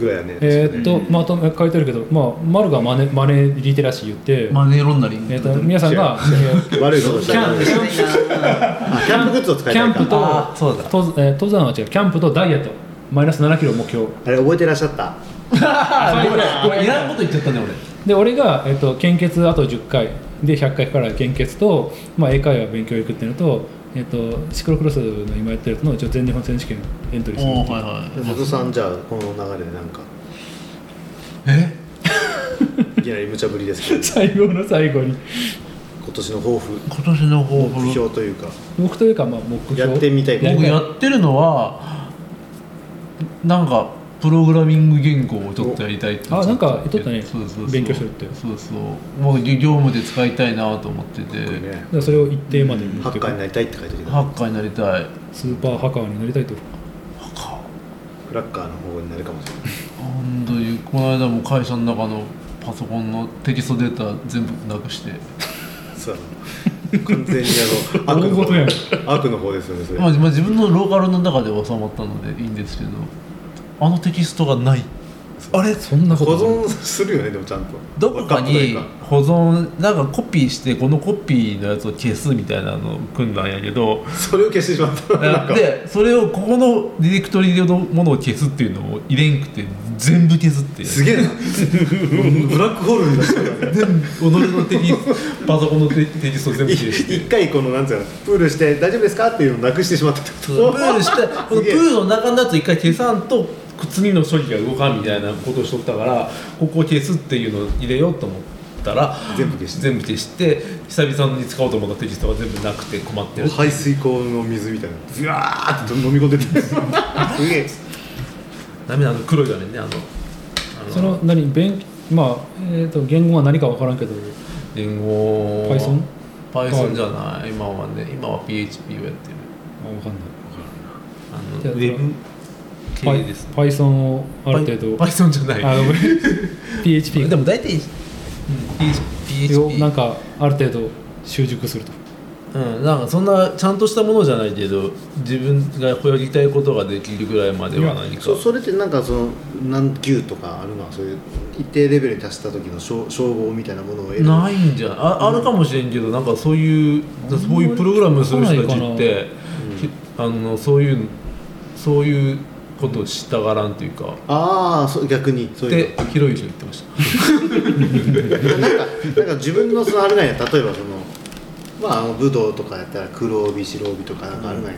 ぐらいやねえーっと、うんまとめ書いてあるけど、まあ、マルがマネマネーリテラシー言って、マネーロンダリングえーっと皆さんが悪いことしたらキャンあキャンプグッズを使いたいキャンプかとあーそう だ登えー登山は違うキャンプとダイエットマイナス7キロ目標あれ覚えてらっしゃったあごめんごめんいらんこと言っちゃったね俺で俺が、えっと、献血あと10回で100回から献血と、まあ、英会話勉強行くっていうのと、えっと、シクロクロスの今やってるやつの一応全日本選手権エントリーするっていうはい松田さんじゃあこの流れでなんかえいきなり無茶ぶりです けど最後の最後に今年の抱負今年の抱負目標というか僕というか、まあ、目標やってみたいこと僕やってるのはなんかプログラミング言語をちょっとやりたいってあなんか言っとったねそうそうそう勉強してるってそうそうもう業務で使いたいなと思っててねだからそれを一定まで持ハってッいくカーになりたいって書いてるけどハッカーになりたいスーパーハッカーになりたいとクラッカーの方になるかもしれない本当にこの間も会社の中のパソコンのテキストデータ全部なくして そうだな完全にあの悪の大事やん方悪の方ですよねそれまあ、まあ自分のローカルの中で収まったのでいいんですけどあのテキストがないあれそんなこ保と存するよねでもちゃんとどこかに保存なんかコピーしてこのコピーのやつを消すみたいなのを組んだんやけどそれを消してしまったなんかでそれをここのディレクトリのものを消すっていうのを入れんくて全部消すって すげえなブラックホールになっちゃうよね全部己のテキストパソコンのテテキストを全部消して一回このなんつうのプールして大丈夫ですかっていうのをなくしてしまったってプことールしてこのすプげえールの中のやつ一回消さんと次の処理が動かんみたいなことをしとったからここを消すっていうのを入れようと思ったら全部消して全部消して久々に使おうと思ったテキストが全部なくて困ってる排水溝の水みたいなずわーって飲み込んでてすげえダメなあの黒い画面ねあのあその何勉まあ、えー、と言語は何か分からんけど言語 Python？ Python じゃない今はね今は PHP をやってるあ分かんないあのウじゃあェブパ系イですね Python をある程度 Python じゃないあ ごめん PHP でも大体、うん、を PHP なんかある程度習熟するとうん、なんかそんなちゃんとしたものじゃないけど自分がこよりたいことができるぐらいまでは何かそそれってなんかその何級とかあるのはそういう一定レベルに達した時の称称号みたいなものを得るないんじゃないああるかもしれんけどなんかそういうそういうプログラムする人たちって、あのそういうそういうことをしたがらんというか。ああそう逆にそうでいう、ひろゆきが言ってました。のなんかなんか自分のそのあるがや例えばそのまああの武道とかやったら黒帯白帯とかなんかあるがや、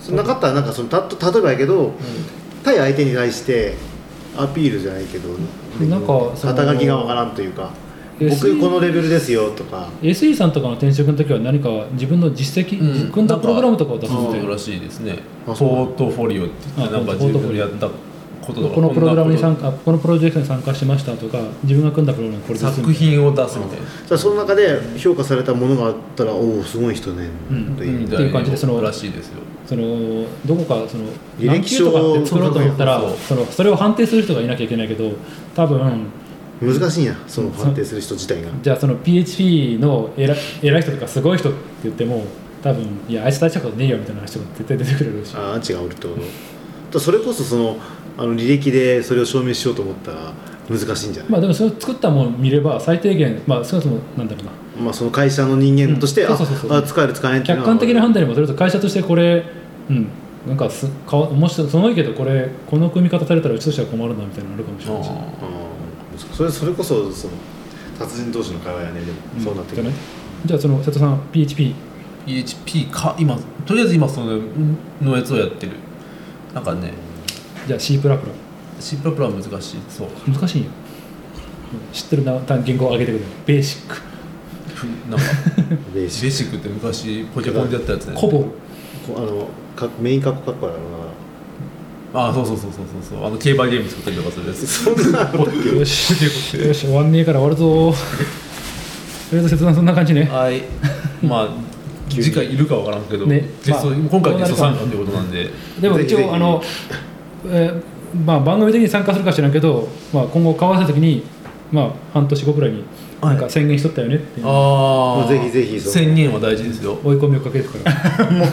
そんなかったらなんかそのた例えばやけど、対相手に対してアピールじゃないけどなんかその肩書きがわからんというか SE 僕このレベルですよとか SE さんとかの転職の時は何か自分の実績、うん組んだプログラムとかを出すなんみかたそいうならしいですね。ポあそうートフォリオって言ってあなんかポー自トフォ分リでオやったこととかこのプログラムに参こんなこ加このプロジェクトに参加しましたとか自分が組んだプログラムこれとです作品を出すみたいな。じゃあその中で評価されたものがあったらおおすごい人ね、うんというみんたいっていうな感じでそのらしいですよ。そのどこかその履歴書何級とかって作ろうと思ったらそうそうそのそれを判定する人がいなきゃいけないけど多分難しいんやその判定する人自体がじゃあその PHP の偉い偉い人とかすごい人って言っても多分いやあいつ大したことねえよみたいな人が絶対出てくれるしああ違うってことだそれこそそのあの履歴でそれを証明しようと思ったら難しいんじゃない、まあでもそれを作ったものを見れば最低限まあ少なくともなんだろうなまあ、その会社の人間として、うんあそうそうそうあ使える使えないってい客うのは観的な判断にもとりあえず会社としてこれうんなんかすか面白いすごいけどこれこの組み方されたらうちとしては困るなみたいなのあるかもしれないしあうんそれそれこそその達人同士の会話やねでんも、そうなってじくゃるないじゃあその瀬戸さん PHP PHP か今とりあえず今そののやつをやってるなんかねじゃあ C プラプラ C プラプラは難しいそう難しいよ知ってるな単言語を上げてくれベーシックふな んかベーベーシッシックって昔ポケモンでやったやつねコボルクこあのかメインカッコカッコあるなあそうそうそうそうそうそうあの競馬ゲーム作ったりとかする やつそんなよしよし終わんねえから終わるぞとりあえず切断そんな感じ ねはいまあ次回いるかわからんけど、ねゲストまあ今回ゲストどうなる参加かってことなんででもぜひ一ぜひ応あの、えーまあ、番組的に参加するか知らんけど、まあ、今後顔合わせた時に、まあ、半年後くらいになんはかい宣言しとったよねっていうああぜひぜひその宣言は大事ですよ追い込みをかけてくからも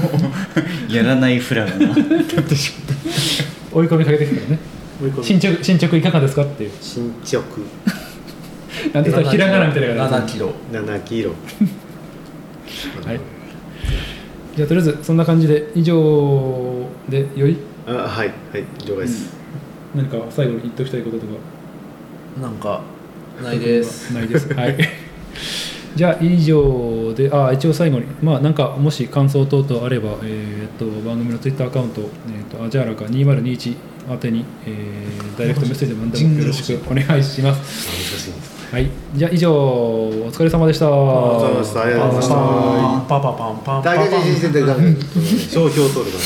うやらないフラがな追い込みかけてくからね進捗進捗いかがですかっていう進捗なんてそれひらがなみたいな感7じキロ7キロはいじゃあとりあえずそんな感じで以上でよいあはいはい了解です、何か最後に言っときたいこととかなんかないですないです。はい。 じゃあ以上で、あ一応最後に、まあなんかもし感想等々あれば、えーっと番組のツイッターアカウント、えーっとアジャーラか2021宛てに、えーダイレクトメッセージでも何でもよろしくお願いします。難しいですはい。じゃあ以上お疲れ様でした。ありがとうございましたありがとうございましたパパパンパンパンパン大学人生で商標取るから